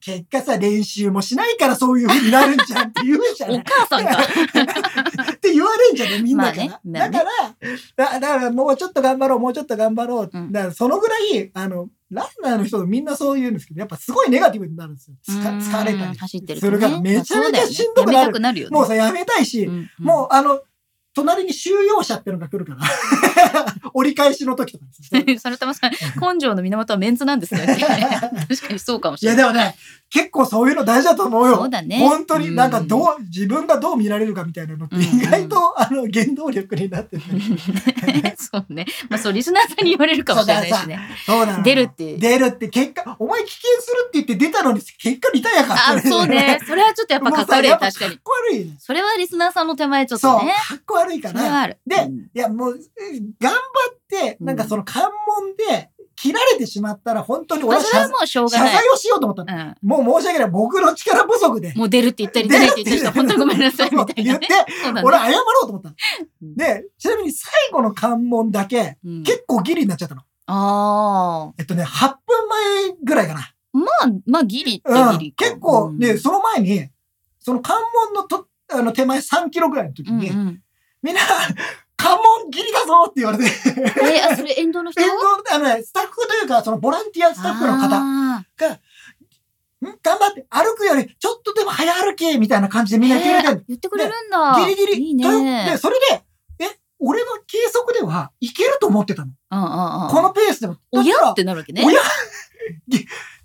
結果さ、練習もしないからそういうふうになるんじゃんって言うじゃな
お
い
母さんが。
って言われんじゃねみんなから、
まあねまあ
だ
ね
からだだからもうちょっと頑張ろうもうちょっと頑張ろう、
うん
だからそのぐらいあのランナーの人みんなそう言うんですけどやっぱすごいネガティブになるんですよつか
うーん
疲れたり
走ってると
するから
ね
めちゃめちゃしんどく
や
な
めた
る、
くなるよね。
もうさやめたいし、
うんうん
もうあの隣に収容者ってのが来る
[laughs]
から折り返しの時とかですね
そのたまさん、根性の源はメンツなんですね。確かにそうかもし
い
れ
や
ない。
でもね結構そういうの大事だと思うよ
そうだね。
本当になんかど
う
う、自分がどう見られるかみたいなのって意外と、あの原動力になってる、
ん [laughs] そうね。まあそう、リスナーさんに言われるかもしれないしね。
そうなのよ
出るって
出るって結果、お前棄権するって言って出たのに結果リタイアか。
あ、そうね。。それはちょっとやっぱかっこ悪い。
もうさやっ
確かに
かっ。こ悪いね。
それはリスナーさんの手前ちょっ
そう、
と
か
ね。
っこ悪いか
それは
ら。
ある。
で
うん
いや、もう、うん頑張って、なんかその関門で切られてしまったら、本当に
ま
俺
あ
は
それは
謝
もうしょうが
謝
ない
罪。をしようと思ったの。
うん
もう申し訳ない。僕の力不足で。
もう出るって言ったり出ないって言ったりしたら本当にごめんなさいみたい
言っ
な
て
ね。、そうだね
俺謝ろうと思ったの
うん。
で、ちなみに最後の関門だけ、
うん
結構ギリになっちゃったの。
ああ。
えっとね、8分前ぐらいかな。
まあ、まあ、ギリって
う
ギ
ん
リ、か。
結構、
うん
で、その前に、その関門のとあの手前3キロぐらいの時
うん
に、
うん。
みんな、関門ギリだぞって言わ
[laughs]
れて、
え、あ、それ沿道の人
えあのね、スタッフというか、そのボランティアスタッフの方、ん
あ
頑張って、歩くより、ちょっとでも早歩きみたいな感じでみ
ー
んな言ってくれてる
えー言ってくれるんだ。
ギリギリ。
いい
というで、
ね。
それで、え、俺の計測ではいけると思ってたの。
うんうんうん
このペースでも。
おや
だから
ってなるわけね。
おや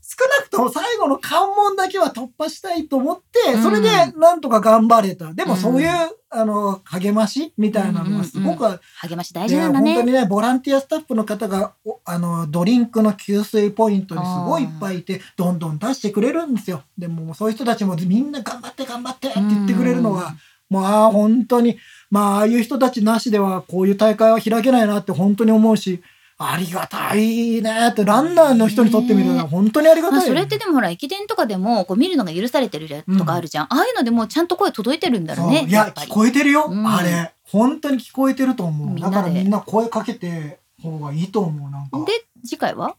少なくとも最後の関門だけは突破したいと思って、それでなんとか頑張れた。でもそういう、あの、励ましみたいなのはすごく、
励まし大
で
事なんだ
本当
ね。
にね、ボランティアスタッフの方が、おあの、ドリンクの給水ポイントにすごいいっぱいいて、どんどん出してくれるんですよ。でも、そういう人たちもみんな頑張って頑張ってって言ってくれるのは、もう、ああ、本当に、まあ、ああいう人たちなしでは、こういう大会は開けないなって本当に思うし、ありがたいねって、ランナーの人にとってみる
ね
のは本当にありが
まあ、
たい
そ
よね、
れってでもほら駅伝とかでもこう見るのが許されてるとかあるじゃん、ああいうのでもうちゃんと声届いてるんだろうね
そうい
や
や
っ、ぱ
聞
り
こえてるよ、
うん
あれ。本当に聞こえてると思う。
みんな
だ
で
からみんな声かけて方がいいと思う、なんか。
で次回は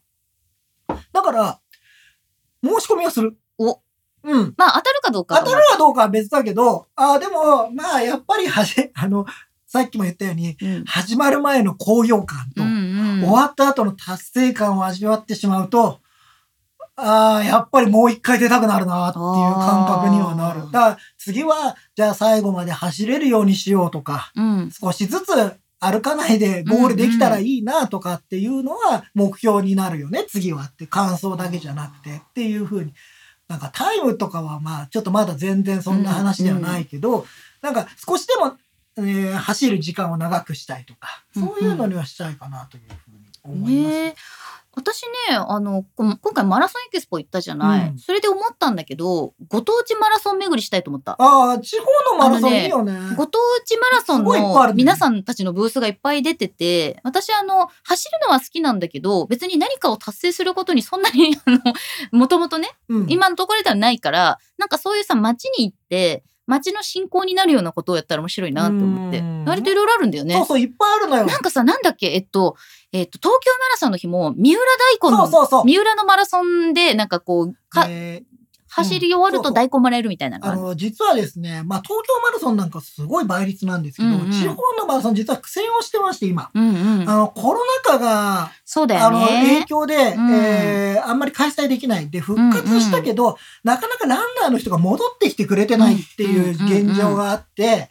だから、申し込みをする。
お
うん。
まあ当たるかどうか
当たるかどうかは別だけど、あーでも、まあ、やっぱりはじ、 [laughs] あの、さっきも言ったように、
うん
始まる前の高揚感と、
うんうん
終わった後の達成感を味わってしまうと、ああ、やっぱりもう一回出たくなるなっていう感覚にはなる
あ。ー
だから次は、じゃあ最後まで走れるようにしようとか、
うん
少しずつ歩かないでゴールできたらいいなとかっていうのは目標になるよね、次はって感想だけじゃなくてっていうふうになんかタイムとかはまあちょっとまだ全然そんな話ではないけど、なんか少しでも、えー走る時間を長くしたいとかそういうのにはしたいかなというふうに思います。
ねえ私ねあのこ今回マラソンエキスポ行ったじゃない、
うん
それで思ったんだけどご当地マラソン巡りしたいと思った
ああ地方のマラソンいいよね。
ご当地マラソン
すごいいっぱいあ
の
るね
皆さんたちのブースがいっぱい出てて、私あの、走るのは好きなんだけど、別に何かを達成することにそんなに、 [laughs] あの、もともとね、
うん
今のところではないから、なんかそういうさ、街に行って、街の振興になるようなことをやったら面白いなと思って
う。ん
割といろいろあるんだよ
そう
ね。
そういっぱいあるのよ。
なんかさ、なんだっけ、えっと、えっと、東京マラソンの日も、三浦大
そ
根
う
の、
そうそう。
三浦のマラソンで、なんかこう、か、
えー
走り終わる
そ
と
うそ
大根もらえるみたいなのがあ
あ
るの
の、実はですね、まあ、東京マラソンなんかすごい倍率なんですけど、
うんうん
地方のマラソン実は苦戦をしてまして、今。
うんうん
あ。の、コロナ禍が、
そうだ
あ
よ
の、
ね
影。響で、
うん
えーあんまり開催できない。で、復活したけど、なかなかランナーの人が戻ってきてくれてないっていう
うんうんうんうん
現状があって、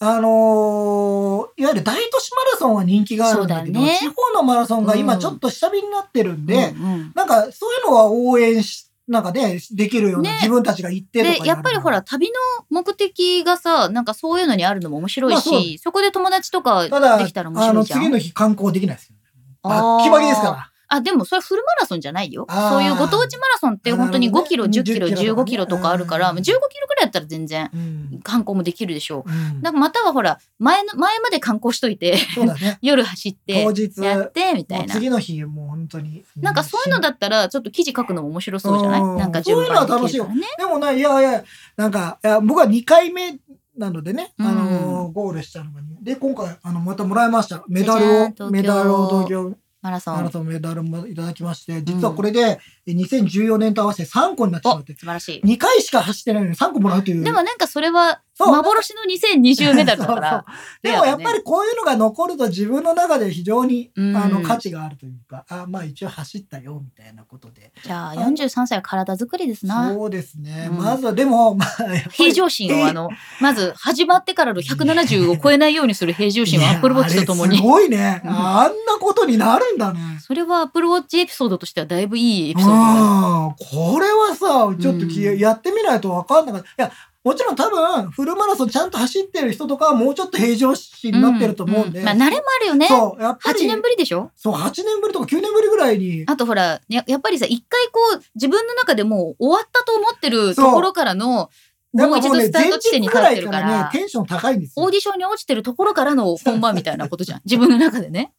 あのーいわゆる大都市マラソンは人気があるんだけど、
そうだね
地方のマラソンが今ちょっと下火になってるんで、
うんうん
なんかそういうのは応援し、なんかね、できるような、
ね
自分たちが行ってとか
でやっぱりほら旅の目的がさなんかそういうのにあるのも面白いし、
まあ
そこで友達とか
ただ、
できたら面白いじゃ
あの、次
ん
の日観光できないですよ。
あー
バッキバキですから。
あでもそれフルマラソンじゃないよ
あー
そういうご当地マラソンって本当に
なる
5
ほ
キロ
どね
10キロ
10キロとかね
15キロとかあるから
うん
15キロぐらいだったら全然
うん。
観光もできるでしょう
うん
だからまたはほら前の前まで観光しといて
そうだね。
[laughs] 夜走って
当日、
やってみた
も
いうな
次の日、もう本当に。
なんかそういうのだったらちょっと記事書くのも面白そうじゃない
うん
なんか順番に
そういうのは楽
で
し
き
い
る
よ
からね
でもない、いやいや、なんか、いや僕は2回目なのでね、
うん
あのー、ゴールしたのが、ね、で、今回、あの、またもらいました。メダル
じゃじゃん東京
を、メダルを東京
マラソ
マラ
ン
ソンメダルもいただきまして、実はこれで、え2014年と合わせて3個になってしま
お
って、
素晴らしい
2回しか走ってないのに3個もらうという。
でもなんかそれは
そう
幻の2020メダルだから
[laughs] でもやっぱりこういうのが残ると自分の中で非常に、
うん
あの価値があるというか、あまあ一応走ったよみたいなことで。
じゃあ43歳は体作りですな。
そうですね。
うん
まずはでも、まあやっぱり
平常心をあの、まず始まってからの170を超えないようにする平常心を
い
ア
や
ップルウォッチととも
あれす
に。
ごいね。
うん
あんなことになるんだね。
それはアップルウォッチエピソードとしてはだいぶいいエ
う
ピソードだね。
ん。これはさ、ちょっとき、
うん
やってみないとわかんなかった。いや、もちろん多分、フルマラソンちゃんと走ってる人とかはもうちょっと平常心になってると思うんで。
まあ慣れもあるよね。
そう、やっぱり。
8年ぶりでしょ
そう、8年ぶりとか9年ぶりぐらいに。
あとほら、ややっぱりさ、一回こう、自分の中でもう終わったと思ってるところからの、もう一度スタート地点に立ってるか
前日くらいから
ら
ね、、テンション高いんです
オー
よ。
ディションに落ちてるところからの本番みたいなことじゃん。自分の中でね。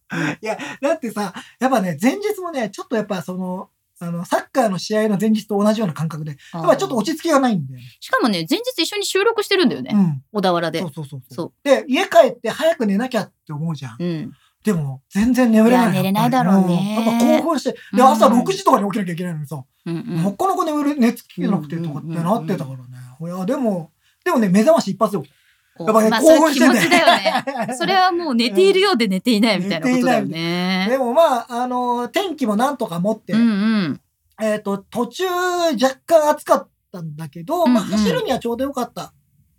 だってさ、やっぱね、前日もね、ちょっとやっぱその、あの、サッカーの試合の前日と同じような感覚で、やっぱちょっと落ち着きがないんだよね。
しかもね、前日一緒に収録してるんだよね。
うん。
小田原で
そう。そうそうそう。
そう
で、家帰って早く寝なきゃって思うじゃん。
うん。
でも、全然眠れない
いや
の。
寝れないだろうね
んやっぱ興奮して、で、
うん
朝6時とかに起きなきゃいけないのにさ、
うんうん
なかなか眠れ、寝つきなくてとかってなってたからね。いや、でも、でもね、目覚まし一発よ。やっぱね、
まあ、それ
興
は
奮し
気
て
持
ん
ちだよね。
[laughs]
それはもう寝ているようで寝ていないみたいなことだよね。
でもまあ、あの、天気もなんとか持って、
うんうん。
えっ、と、途中若干暑かったんだけど、まあ
うんうん
走るにはちょうどよかった。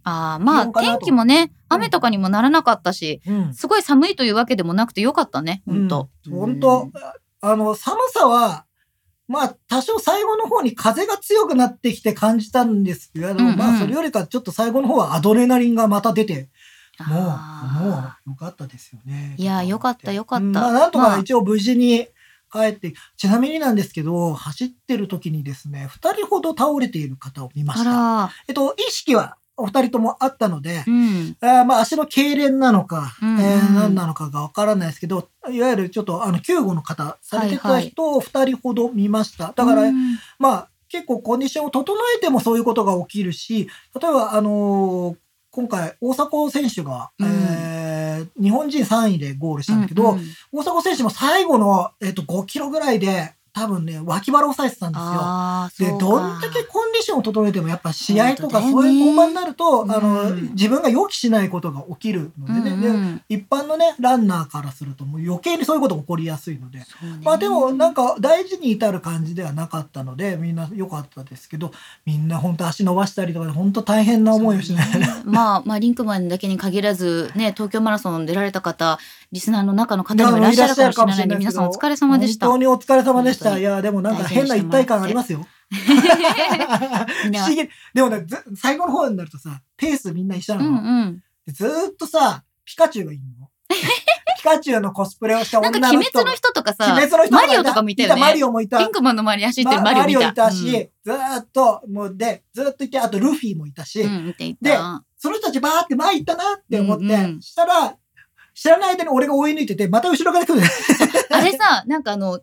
ああ、まあ
気温かな
天
と
気もね、雨とかにもならなかったし、
うん。
すごい寒いというわけでもなくてよかったね、本当。
本当あの、寒さは、まあ、多少最後の方に風が強くなってきて感じたんですけど、
んうん
まあ、それよりかちょっと最後の方はアドレナリンがまた出て、もう、もう、よ
あ
かったですよね。
いやよかったよかっ
う
た
んまあ、なんと
まあ
か一応無事に帰って、ちなみになんですけど、走ってる時にですね、二人ほど倒れている方を見ま
あ
した。
あ
えっと、意識はお二人ともあったので、
うん。
あーまあ足の痙攣なのか、
うんうん
えー何なのかがわからないですけど、いわゆるちょっとあの救護の方されて
はい
た
はい
人を二人ほど見ました。だから、
うん
まあ結構コンディションを整えてもそういうことが起きるし、例えばあのー今回大迫選手が、
うん
えー日本人3位でゴールしたんだけど、
うんうん
大迫選手も最後の、えっと5キロぐらいで多分ね脇腹を押さえてたんですよ。
ああ、
で
そうか
どんだけコンディションを整えてもやっぱ試合とか
本当
そ
だよ
う
ね
いう本番になると、あの
うん
自分が予期しないことが起きるのでね、
うんう
で
ん
一般のねランナーからするともう余計にそういうことが起こりやすいので。
そうね
まあでもなんか大事に至る感じではなかったのでみんな良かったですけどみんな本当足伸ばしたりとかで本当大変な思いをしない
そうねまあまあリンクマンだけに限らずね東京マラソン出られた方リスナーの中の方にもいらっしゃるかもしれないんで皆さんお疲れ様でした
本当にお疲れ様でした。
本当に
いや、でもなんか変な一体感ありますよ。
み
[laughs]
ん
不
な
思議。でもね、ず最後の方になるとさ、ペースみんな一緒
う
なの。
んうん
でずーっとさ、ピカチュウがいる
[laughs]
の。ピカチュウのコスプレをした
な
女
ん
の人も。
か鬼滅の人とかさ
鬼滅の人
マ
が
リオとかもいたよね
マリオもいた。
リンクマンの周り走ってるマリオ見た
いたし、ずーっと、もうで、ずーっといて、あとルフィもいたし、
うん、うん、見てい
で
た
その人たちバーって前行ったなって思って、
うんうん
したら、知らない間に俺が追い抜いてて、また後ろから来る。
あれさなんかあの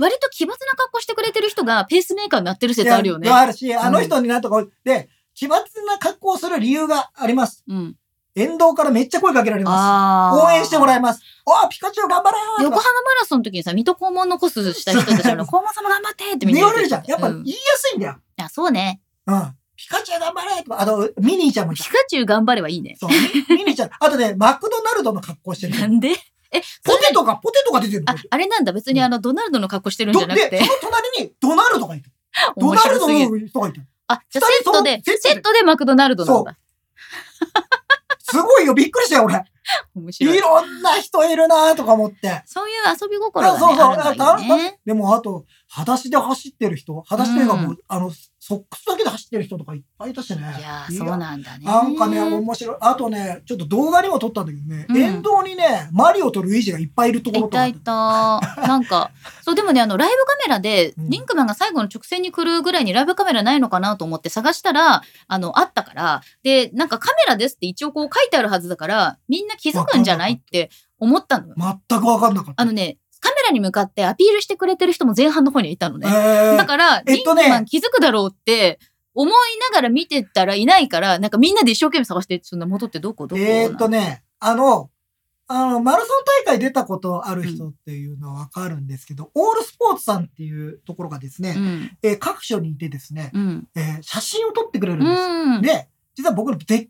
割と奇抜な格好してくれてる人がペースメーカーになってる説あるよ
い
ね
やあるし、あの人になんとか、で、奇抜な格好をする理由があります。
うん
沿道からめっちゃ声かけられます。
あー
応援してもらいます。おいピカチュウ頑張れー
横
とか
浜マラソンの時にさ、水戸黄門のコスした人た
[laughs]
ちの、黄門様頑張ってってみん
言
な言っ
わ
て
れるじゃん。やっぱ
う
言
ん
いやすいんだよ。
あ、そうね。
うん。ピカチュウ頑張れとか、あと、ミニーちゃんもい
ピ
た。
カチュウ頑張ればいいね。
そう、
[laughs]
ミミニーちゃん。あとね、マクドナルドの格好してる。
なんでえ、そ
ポ
れ
テトが、ポテトが出てるの
あ。、あれなんだ。別にあの、ドナルドの格好してるんじ
ど
ゃ
で、
なくて
そ。の隣にドナルドがいる。ド
面
ナル
白
ド
すぎる。
の人がいる。
あ、じゃあセットで
二人、その
セットでマクドナルドなんだ。
すごいよ、びっくりしたよ、俺。
面白
い
い。
ろんな人いるなとか思って。
そういう遊び心がね、
そうそう
あるのいいね。
でも、あと、裸足で走ってる人、裸足というかもう、
う
あの、ソックスだけで走ってる人とかいっぱいいたしね。
いやー、そうなんだね。
なんかね、面白い。あとね、ちょっと動画にも撮ったんだけどね、
うん
沿道にね、マリオとルイージがいっぱいいるところと
い
かあ
た
っ
い
て。
た。なんか、そう、でもね、あの、ライブカメラで、
うん
リンクマンが最後の直線に来るぐらいにライブカメラないのかなと思って探したら、あの、あったから、で、なんかカメラですって一応こう書いてあるはずだから、みんな気づくんじゃないって思ったのよ。
全くわかんなかった。
あのね、カメラに向かってアピールしてくれてる人も前半の方にいたの
え
ね。
ー
だから、
え
リ
っ
ンク
とね
マン気づくだろうって、思いながら見てたらいないから、なんかみんなで一生懸命探して、そんな戻ってどこどこ
えーっと
ね、
ね、あの、あの、マラソン大会出たことある人っていうのはわかるんですけど、オールスポーツさんっていうところがです
う
ね、
ん。
えー各所にいてですね、
うん。
えー写真を撮ってくれるん
う
です。
ん。
で、実は僕のゼッケン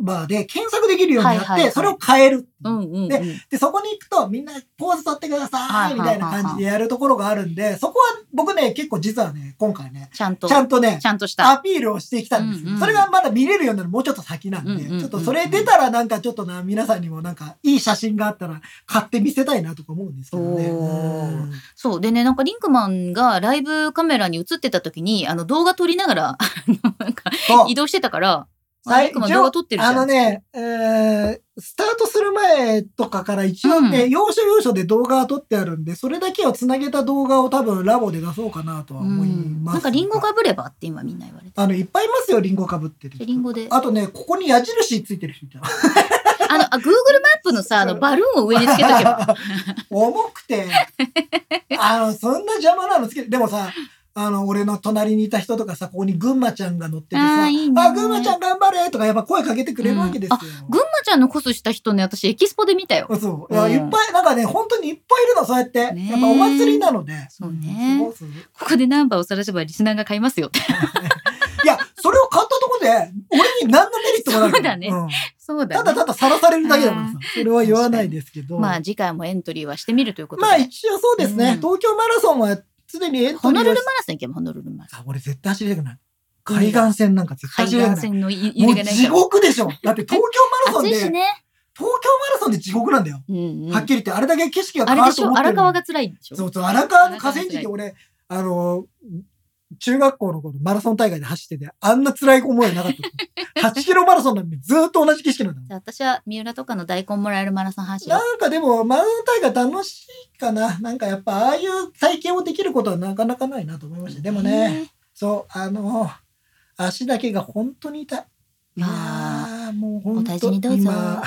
ナンバーで検索できるようになって、
はいはいはい
それを変えるっていう
うんうんうん。
でで、そこに行くとみんなポーズ取ってくだ
は
さ
い
いみたいな感じでやるところがあるんで、そこは僕ね、結構実はね、今回ね、
ちゃんと。
ちゃんとね
ち、ゃんとした。
アピールをしてきたんですよ、
うんうん
それがまだ見れるようになるもうちょっと先なんで、
うんうんうんうん
ちょっとそれ出たらなんかちょっとな、皆さんにもなんかいい写真があったら買って見せたいなとか思うんですけどね。
おー
うん
そう。でね、なんかリンクマンがライブカメラに映ってた時に、あの動画撮りながら、あのなんか
そう
移動してたから、あ
最
リンクマン動画撮ってるじゃ
あ
ん。
のね、えースタートする前とかから一応ね、
う
要所要所で動画は撮ってあるんで、それだけをつなげた動画を多分ラボで出そうかなとは
う
思い
ん。
ます。
なんかリンゴかぶればって今みんな言われて。
あの、いっぱいいますよ、リンゴかぶってる
で。リンゴで。あ
あとね、ここに矢印ついてる人いた。
の、あ、Google マップのさ、あの、バルーンを上につけとけば。
重く
[laughs]
て、あの、そんな邪魔なのつけて、でもさ、あの、俺の隣にいた人とかさ、ここにぐんまちゃんが乗っててさ、
あーいいね
あ、ぐんまちゃん頑張れとかやっぱ声かけてくれるわけですよ。
群馬ちゃんのコスした人ね、私エキスポで見たよ。
そう。いや、
うん
いっぱい、なんかね、本当にいっぱいいるの、そうやって。
ねえ
やっぱお祭りなので。
そうね
んすごいすごい
ここでナンバーを晒せばリスナーが買いますよって。 [laughs]
いや、それを買ったところで、俺に何のメリットもないから。
そうだね
ん
そうだ
ただ
ね。
たださらされるだけだからさ。それは言わないですけど。
まあ次回もエントリーはしてみるということで。
まあ一応そうですね。
うん
東京マラソンは常にエント
ホ
リー
ノ
を
ルルマラソン行けばホノルルマラソン。
あ俺絶対走りたくない。海岸線なんか絶対
海
走りた
岸
くない。
線のい入
も
り
う
がない
地
から。
獄でしょ。だって東京マラソンで、
暑い
東
し
京マ
ね。
ラソンで地獄なんだよ。
うんうん
はっきり言って、あれだけ景色が
あ
変
れ
わ
で
る
し
と思
ょ
って
荒
るの
川が辛いでしょ
そうそう、荒川の河川敷で俺、あの、中学校の頃マラソン大会で走ってて、あんな辛い思いはなか
[laughs]
った。8キロマラソンなんでずっと同じ景色なんだもん
じゃあ私は三浦とかの大根もらえるマラソン走る。
なんかでも、マラソン大会楽しいかな。なんかやっぱ、ああいう体験をできることはなかなかないなと思いました。でもね、そう、あの、足だけが本当に痛い。いやーもう
お
本
大
当
事にどうぞ
今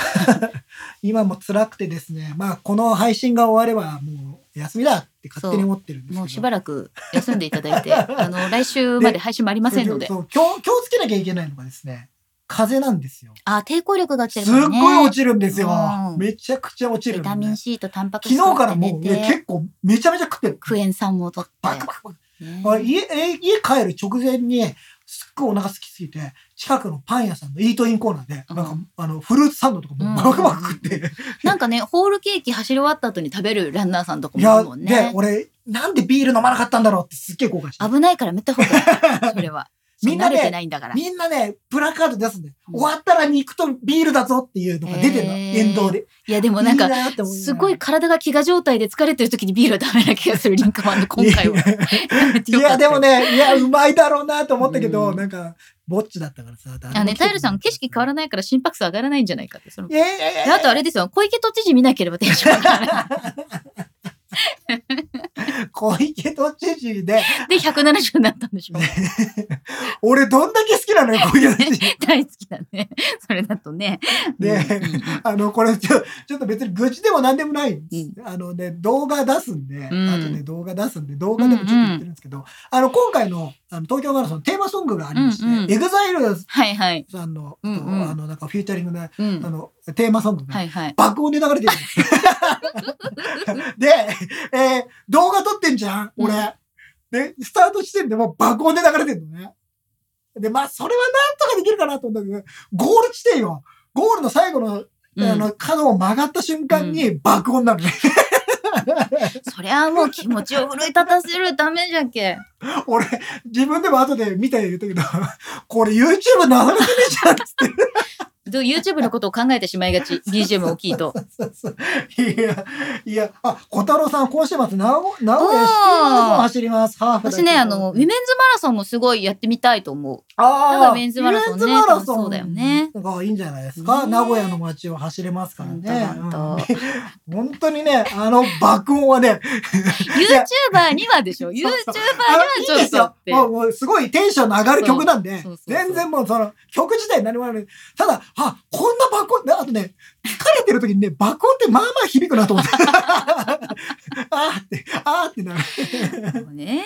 今も辛くてですねまあこの配信が終わればもう休みだって勝手に思ってるんですけど
もうしばらく休んでいただ
[laughs]
いて、あの、来週まで配信もありませんので。
そう今日気をつけなきゃいけないのがですね風邪なんですよ
あ、抵抗力が落ちて
す
る
っ
もんね。
ごい落ちるんですよ、
うん
めちゃくちゃ落ちる
ビ
のね
タミン C とタンパク質
昨日からもう、
取って
ね、結構めちゃめちゃ食ってる
クエン酸も取
バク
っ
バクバク
て。ね
あ家え家帰る直前にすっごいお腹空きすぎて近くのパン屋さんのイートインコーナーで、
うん
なんかあのフルーツサンドとかもうバクバク食って、
なんかね、ホールケーキ走り終わった後に食べるランナーさんとか
い
もい
や
るもん
で
ね。
俺なんでビール飲まなかったんだろうってすっげえ後悔して
危ないからめった方がい
[laughs]
い。それは。
みんな
慣
で
れてないんだから。
みんなねプラカード出すんだよ、
うん
終わったら肉とビールだぞっていうのが出てるの、
へー
沿道で
いや、でもなんか、
いいな
すごい体が飢餓状態で疲れてる時にビールを食べな気がするリンカマンの今回 [laughs] は。
いやでもねいやうまいだろうなと思ったけど、
うん
なんかぼっちだったからさ
あのね、タイルさん、景色変わら
な
ないから心拍数上がらないんじゃないかって。その
いやいやいや
であとあれですよ、小池都知事見なければテンション上がらない。
小池都知事で、
で、170になったん
[laughs]
でしょ。
俺どんだけ好きなのよ、小池都知事。
大好きだね。それだとね。
で
うんうん
[laughs] あの、これちょ、ちょっと別に愚痴でも何でもないんです。
う
あのね、動画出すんで、
うん
あとね、動画出すんで、動画でもちょっと言ってるんですけど、あの、今回のあの東京マラソンテーマソングがありまして、
うんうん
エグザイル
はいはい。
さんの、
うんうん
あの、なんかフューチャリングの、あ
うん。
の、テーマソングが、
はいはい。
爆音で流れてるんです。で、えー動画撮ってんじゃん、俺。
うん
で、スタート地点でもう爆音で流れてるのね。で、まあ、それはなんとかできるかなと思うんだけど、ゴール地点よ。ゴールの最後の、
うん
あの、角を曲がった瞬間に爆音なのね。 [laughs]
そりゃもう気持ちを奮い立たせるためじゃんけ。
俺、自分でも後で見た言ったけど、 [laughs] これ YouTube 流れてねえじゃんっつって。
ど YouTube のことを考えてしまいが
[laughs]
ち。BGM 大きいと。
そうそういや、いや、あ、小太郎さん、今週末、名古名古
おー
屋シティマラソン走ります。ハーフだけ
私
ど
ね、あの、ウィメンズマラソンもすごいやってみたいと思う。
ああ、
なんかメンズマラソンね
メマラソン
そうだよね
がいいんじゃないですか。
ね
名古屋の街を走れますからね。
本当本
うん本当にね、あの爆音はね、
[laughs] YouTuber にはでしょ ?YouTuber にはち
いい
ょ
で
っ
す
と
よ
っ。て。
もう、もうすごいテンションの上がる曲なんで
そうそう、そうそう
全然もうその曲自体何もない。ただ、あ、こんな爆音、あとね、疲れてる時にね、爆音ってまあまあ響くなと思って。 [laughs] あーって、あーってなる。
もうね、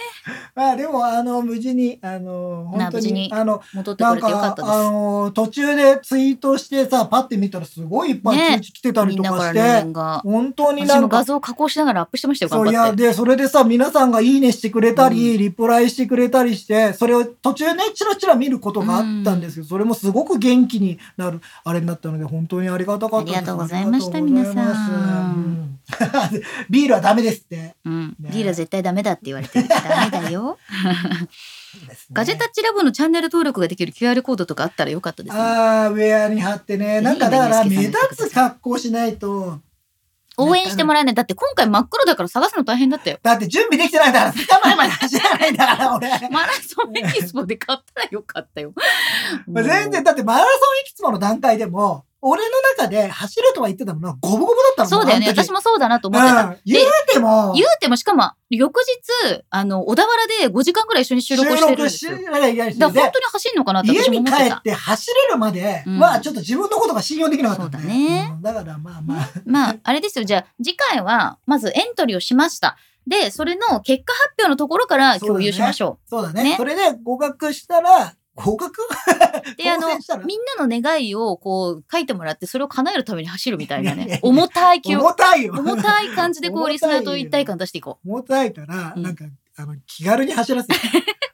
あでも、あの、無事に、あの、
な
本当
無事
に、
に
あの、
戻って
な
く
ん
れてよか
か
っ、た
あ
で
のー途中でツイートしてさ、パッて見たらすごいいっぱい
ね
通知来てた
す。
り
みん
と
な
か
か
し
ら
て、
ね、連が。
本当に
私
な
も
ん
画
か、
像を加工しながらアップしてましたよ、
そ
頑
うい
張
や、
って。
で、それでさ、皆さんがいいねしてくれたり、
う
リプライしてくれたりして、それを途中ね、チラチラ見ることがあったんですけど、それもすごく元気になる、あれになったので、本当にありがたかったです
ありがとうございました
ありがとうございます
皆さん
うん [laughs] ビールはダメですって。
うん。
ね
リーラ絶対ダメだって言われてる。ダメ
[laughs]
だよ。
ですね
ガジェタッチラボのチャンネル登録ができる QR コードとかあったらよかったですね。
ああ、ウェアに貼ってね。なんかだから、目立つ格好しないと、
応援してもらえない。だって今回真っ黒だから探すの大変だった [laughs] よ。
だって準備できてないんだから、2日前ま [laughs] で走らないんだから、俺。
マラソンエキスポで買ったらよかったよ。
まあ全然、だってマラソンいくつもの段階でも、俺の中で走るとは言ってたものはゴボゴボだったもん
そうだよね。
あの時
私もそうだなと思ってた。
うん。言うても、
言うても、しかも、翌日、あの、小田原で5時間ぐらい一緒に収録をしてるんですよ。
収録しなきゃいけないし、で
だから本当に走んのかなって
家
私も
に
思っ
帰
て。
ったて走れるまでは、ちょっと自分のことが信用できなかったんで、
そうだね
うんだからまあまあ、
まあ、あれですよ。じゃあ、次回は、まずエントリーをしました。で、それの結果発表のところから共有しましょ
そうだね。
ね
それで合格したら、合格
う。で、あの
当選した、ら
みんなの願いをこう書いてもらって、それを叶えるために走るみたいない
やいや
ね
い。や
重たい気を
重た [laughs] いよ。
重たい感じで
重
こう、
たい
リスナーと一体感出していこ
重たいから、
うん
なんか、あの、気軽に走ら
[laughs]
せて。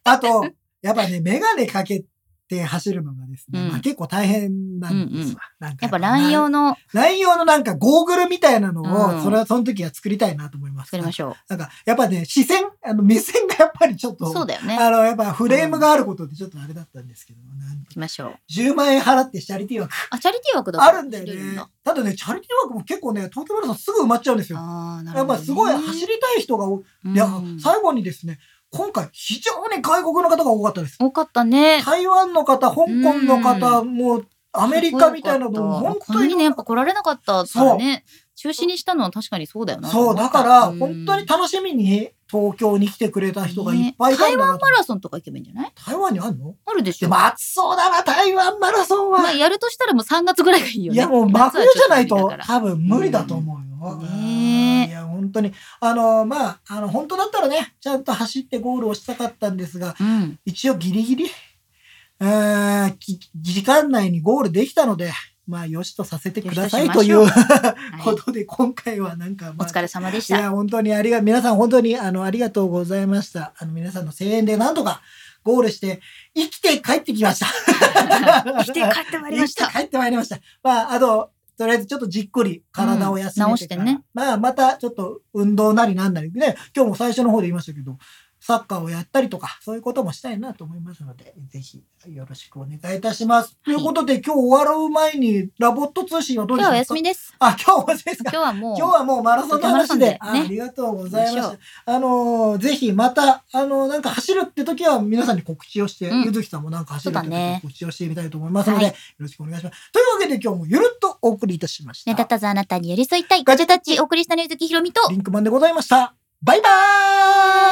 あと、やっぱね、メガネかけて走るのがですね、
うん
まあ結構大変なんですわ。
うんうん
なんか
う。やっぱ乱用
な
の
乱用のなんかゴーグルみたいなのを、
うん
それはその時は作りたいなと思います。
作りましょ
なんか、やっぱね、視線、あの、目線がやっぱりちょっ
う。
と、
そうだよね。
あの、やっぱフレームがあることでちょっとあれだったんですけど、なん
行きましょう。
10万円払ってチャリティー枠
あ、チャリティー枠だ
あるんだよ
走れ
ね
だ。
ただね、チャリティー枠も結構ね、東京マラソンすぐ埋まっちゃうんですよ。
ああ、なる
やっ
ほど、ね。
ぱすごい走りたい人が多
うん
で、あ最後にですね、今回非常に外国の方が多かったです。
多かったね。
台湾の方、香港の方、もうアメリカみたいな
す
の
ご
も
か
本
ったこ
当
の2年
に
や。っぱ来られなかったからね。中止にしたのは確かにそうだよな。
そう、だから
うん
本当に楽しみに東京に来てくれた人がいっぱいいたん
台
だな
湾
と
マラソンとか行けばいいんじゃない
台湾にあんの
あるでし
で
ょ。
も暑そうだな、台湾マラソンは。
まあ、やるとしたらもう3月ぐらいがいいよ
い
ね。
や、もう真
夏は
冬じゃない
ちょっ無
と
理だから
多分無理だと思うよ。
ねえ
いや、本当に。あの、まあ、あの、本当だったらね、ちゃんと走ってゴールをしたかったんですが、
うん。
一応ギリギリ、えー、き時間内にゴールできたので、まあ、よしとさせてください
よしと
と
し
い
ましょう
う
はい
ことで、今回はなんか、
お
まあ、
疲れ様でし
い
[laughs] た。
や、本当にありが、皆さん本当にあの、ありがとうございました。あの、皆さんの声援でなんとかゴールして、生きて帰ってきました。
生
[laughs]
きて帰ってまいりまし
生き
た。
て帰ってまいりました。まあ、あと、とりあえずちょっとじっくり体を休めてから、
うん直してね
まあ、またちょっと運動なりなんなりね、今日も最初の方で言いましたけど、サッカーをやったりとか、そういうこともしたいなと思いますので、ぜひよろしくお願いいたします。
はい
ということで、今日終わる前に、ラボット通信はどう
今
で
日
すか
はお休みです。
あ、今日お休みですか
今日はもう。
今日はもうマラソンの話で、
マラソンでね
あありがとうございま
行きま
し。
した
あのーぜひまた、あのーなんか走るって時は皆さんに告知をして、
うん
ゆずきさんもなんか走るって時
そうだ
に
ね
告知をしてみたいと思いますので、
はい
よろしくお願いします。というわけで今日もゆるっとお送りいたしました。
目立たずあなたに寄り添いたい。ガジェタッチ、お送りしたねゆずきひろみと。
リンクマンでございました。バイバーイ